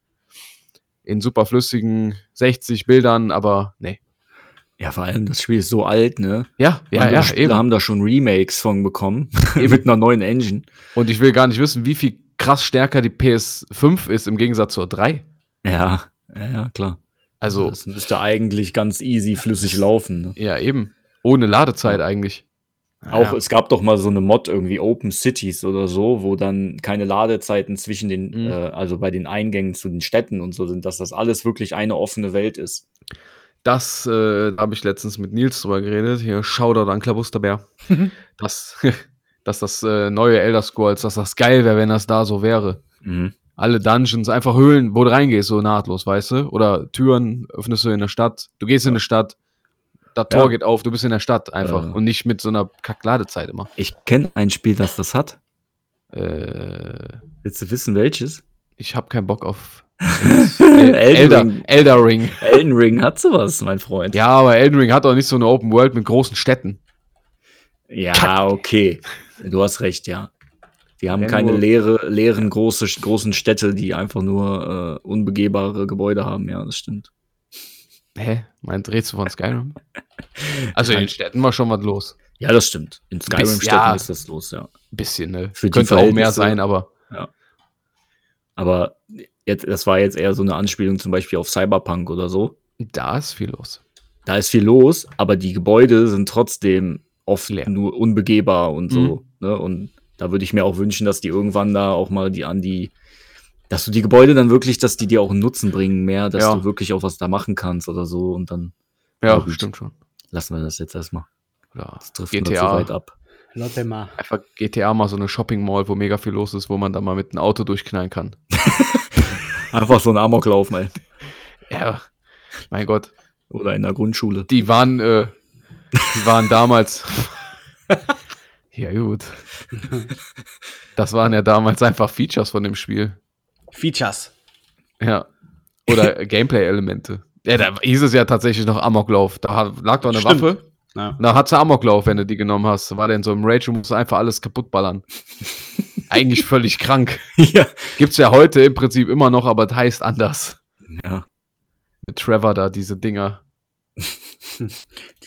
[SPEAKER 4] In superflüssigen 60 Bildern, aber nee.
[SPEAKER 1] Ja, vor allem, das Spiel ist so alt, ne?
[SPEAKER 4] Ja, ja,
[SPEAKER 1] Andere
[SPEAKER 4] ja,
[SPEAKER 1] Spiele
[SPEAKER 4] eben.
[SPEAKER 1] haben da schon Remakes von bekommen.
[SPEAKER 4] Eben.
[SPEAKER 1] mit einer neuen Engine.
[SPEAKER 4] Und ich will gar nicht wissen, wie viel krass stärker die PS5 ist im Gegensatz zur 3.
[SPEAKER 1] Ja, ja, ja, klar.
[SPEAKER 4] Also,
[SPEAKER 1] Das müsste eigentlich ganz easy flüssig laufen. Ne?
[SPEAKER 4] ja, eben. Ohne Ladezeit eigentlich.
[SPEAKER 1] Auch
[SPEAKER 4] ja.
[SPEAKER 1] es gab doch mal so eine Mod irgendwie Open Cities oder so, wo dann keine Ladezeiten zwischen den,
[SPEAKER 4] Mhm.
[SPEAKER 1] äh, also bei den Eingängen zu den Städten und so sind, dass das alles wirklich eine offene Welt ist.
[SPEAKER 4] Das äh, da habe ich letztens mit Nils drüber geredet. Hier, Shoutout an Klabusterbär.
[SPEAKER 1] Mhm.
[SPEAKER 4] dass, dass das äh, neue Elder Scrolls, dass das geil wäre, wenn das da so wäre.
[SPEAKER 1] Mhm.
[SPEAKER 4] alle Dungeons, einfach Höhlen, wo du reingehst, so nahtlos, weißt du? Oder Türen öffnest du in der Stadt. Du gehst in eine Stadt, das Tor
[SPEAKER 1] Ja.
[SPEAKER 4] geht auf, du bist in der Stadt einfach.
[SPEAKER 1] Ja.
[SPEAKER 4] Und nicht mit so einer Kackladezeit immer.
[SPEAKER 1] Ich kenne ein Spiel, das das hat.
[SPEAKER 4] Äh,
[SPEAKER 1] Willst du wissen, welches?
[SPEAKER 4] ich habe keinen Bock auf
[SPEAKER 1] Elden
[SPEAKER 4] El Elder,
[SPEAKER 1] Ring.
[SPEAKER 4] Elder Ring.
[SPEAKER 1] Elden Ring hat sowas, mein Freund.
[SPEAKER 4] Ja, aber Elden Ring hat doch nicht so eine Open World mit großen Städten.
[SPEAKER 1] Ja, okay. Du hast recht, ja. Die haben
[SPEAKER 4] Ja,
[SPEAKER 1] keine
[SPEAKER 4] nur-
[SPEAKER 1] leere, leeren große, großen Städte, die einfach nur äh, unbegehbare Gebäude haben. Ja, das stimmt.
[SPEAKER 4] Hä? Meinst redest du von Skyrim? Also in den Städten war schon was los.
[SPEAKER 1] Ja, das stimmt. In Skyrim-Städten
[SPEAKER 4] ja.
[SPEAKER 1] ist das los, ja.
[SPEAKER 4] Bisschen, ne?
[SPEAKER 1] Für die
[SPEAKER 4] Könnte auch mehr
[SPEAKER 1] Verhältnisse.
[SPEAKER 4] sein, aber
[SPEAKER 1] Aber jetzt, das war jetzt eher so eine Anspielung zum Beispiel auf Cyberpunk oder so.
[SPEAKER 4] Da ist viel los.
[SPEAKER 1] Da ist viel los, aber die Gebäude sind trotzdem oft
[SPEAKER 4] Leer. Mhm.
[SPEAKER 1] nur unbegehbar und so. Ne? Und da würde ich mir auch wünschen, dass die irgendwann da auch mal die an die, dass du die Gebäude dann wirklich, dass die dir auch einen Nutzen bringen mehr, dass
[SPEAKER 4] Ja.
[SPEAKER 1] du wirklich auch was da machen kannst oder so. Und dann
[SPEAKER 4] Ja,
[SPEAKER 1] Ja, gut.
[SPEAKER 4] stimmt schon.
[SPEAKER 1] lassen wir das jetzt erstmal.
[SPEAKER 4] Oder
[SPEAKER 1] Das trifft mir zu weit
[SPEAKER 4] GTA.
[SPEAKER 1] ab.
[SPEAKER 5] Lotte mal.
[SPEAKER 4] Einfach GTA mal so eine Shopping Mall, wo mega viel los ist, wo man da mal mit einem Auto durchknallen kann.
[SPEAKER 1] Einfach so ein Amoklauf, ey.
[SPEAKER 4] Ja, mein Gott.
[SPEAKER 1] Oder in der Grundschule.
[SPEAKER 4] Die waren, äh, die waren damals. ja, gut. Das waren ja damals einfach Features von dem Spiel.
[SPEAKER 5] Features.
[SPEAKER 4] Ja. Oder Gameplay-Elemente. Ja, da hieß es ja tatsächlich noch Amoklauf. Da lag doch eine
[SPEAKER 5] Stimmt.
[SPEAKER 4] Waffe.
[SPEAKER 5] Ja.
[SPEAKER 4] Da hat's Amoklauf, wenn du die genommen hast. War denn so im Rage und musst einfach alles kaputtballern. Eigentlich völlig krank.
[SPEAKER 1] ja.
[SPEAKER 4] Gibt's ja heute im Prinzip immer noch, aber das heißt anders.
[SPEAKER 1] Ja.
[SPEAKER 4] Mit Trevor da, diese Dinger.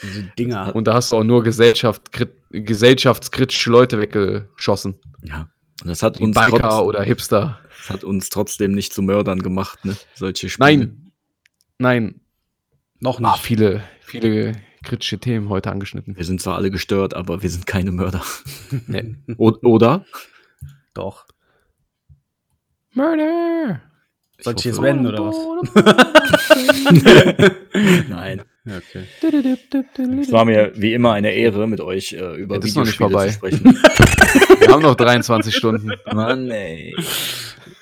[SPEAKER 5] Diese Dinger.
[SPEAKER 4] Und da hast du auch nur Gesellschaft, krit- gesellschaftskritische Leute weggeschossen.
[SPEAKER 1] ja. Und das hat
[SPEAKER 4] Die
[SPEAKER 1] uns,
[SPEAKER 4] Biker
[SPEAKER 1] trotz-
[SPEAKER 4] oder Hipster.
[SPEAKER 1] das hat uns trotzdem nicht zu Mördern gemacht, ne? Solche Spiele.
[SPEAKER 4] Nein. Nein.
[SPEAKER 5] Noch
[SPEAKER 1] Hm.
[SPEAKER 4] Ah,
[SPEAKER 5] nicht.
[SPEAKER 4] viele, viele kritische Themen heute angeschnitten.
[SPEAKER 1] Wir sind zwar alle gestört, aber wir sind keine Mörder.
[SPEAKER 4] Nee.
[SPEAKER 1] O oder?
[SPEAKER 5] Doch.
[SPEAKER 4] Murder!
[SPEAKER 5] Soll ich
[SPEAKER 1] Ich
[SPEAKER 5] jetzt
[SPEAKER 1] hoffe-
[SPEAKER 5] wenden oder was?
[SPEAKER 1] Nein.
[SPEAKER 5] Okay.
[SPEAKER 1] Es war mir wie immer eine Ehre, mit euch äh, über
[SPEAKER 4] Ja, das ist noch nicht
[SPEAKER 1] Videospiele
[SPEAKER 4] vorbei.
[SPEAKER 1] zu sprechen.
[SPEAKER 4] Wir haben noch 23 Stunden.
[SPEAKER 1] Mann, ey.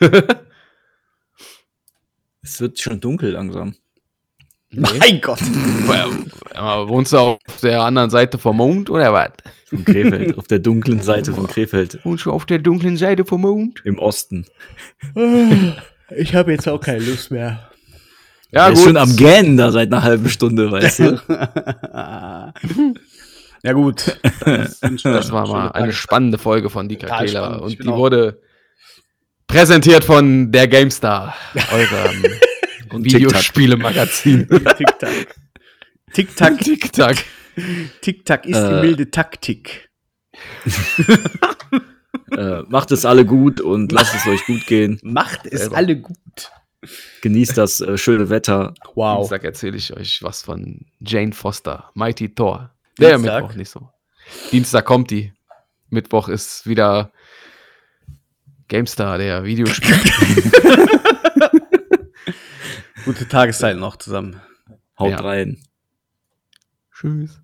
[SPEAKER 1] es wird schon dunkel langsam.
[SPEAKER 5] Mein Gott.
[SPEAKER 4] Aber wohnst du auf der anderen Seite vom Mond oder was?
[SPEAKER 1] Von Krefeld, auf der dunklen Seite von Krefeld,
[SPEAKER 4] Wohnst du auf der dunklen Seite vom Mond?
[SPEAKER 1] im Osten.
[SPEAKER 5] Ich habe jetzt auch keine Lust mehr.
[SPEAKER 4] Ja,
[SPEAKER 1] Er ist
[SPEAKER 4] gut.
[SPEAKER 1] schon am Gähnen da seit einer halben Stunde, weißt du?
[SPEAKER 5] ja gut. Das,
[SPEAKER 4] Das war mal eine spannende Folge von Die
[SPEAKER 5] Total
[SPEAKER 4] Kakela.
[SPEAKER 5] spannend,
[SPEAKER 4] Und die
[SPEAKER 5] genau.
[SPEAKER 4] wurde präsentiert von der GameStar, eurem
[SPEAKER 1] Und
[SPEAKER 4] Videospielemagazin.
[SPEAKER 5] Tick-Tack. Tick-Tack.
[SPEAKER 4] Tic-Tac.
[SPEAKER 5] Tick-Tack ist
[SPEAKER 1] Äh.
[SPEAKER 5] die milde Taktik.
[SPEAKER 1] Äh, macht es alle gut und lasst es euch gut gehen.
[SPEAKER 5] Macht es
[SPEAKER 1] Selber.
[SPEAKER 5] alle gut.
[SPEAKER 1] Genießt das äh, schöne Wetter.
[SPEAKER 5] Wow.
[SPEAKER 4] Dienstag erzähle ich euch was von Jane Foster, Mighty Thor. Der
[SPEAKER 5] Dienstag?
[SPEAKER 4] Mittwoch nicht so. Dienstag kommt die. Mittwoch ist wieder GameStar, der Videospiel.
[SPEAKER 5] Gute Tageszeit noch zusammen.
[SPEAKER 1] Haut
[SPEAKER 4] Ja.
[SPEAKER 1] rein.
[SPEAKER 4] Tschüss.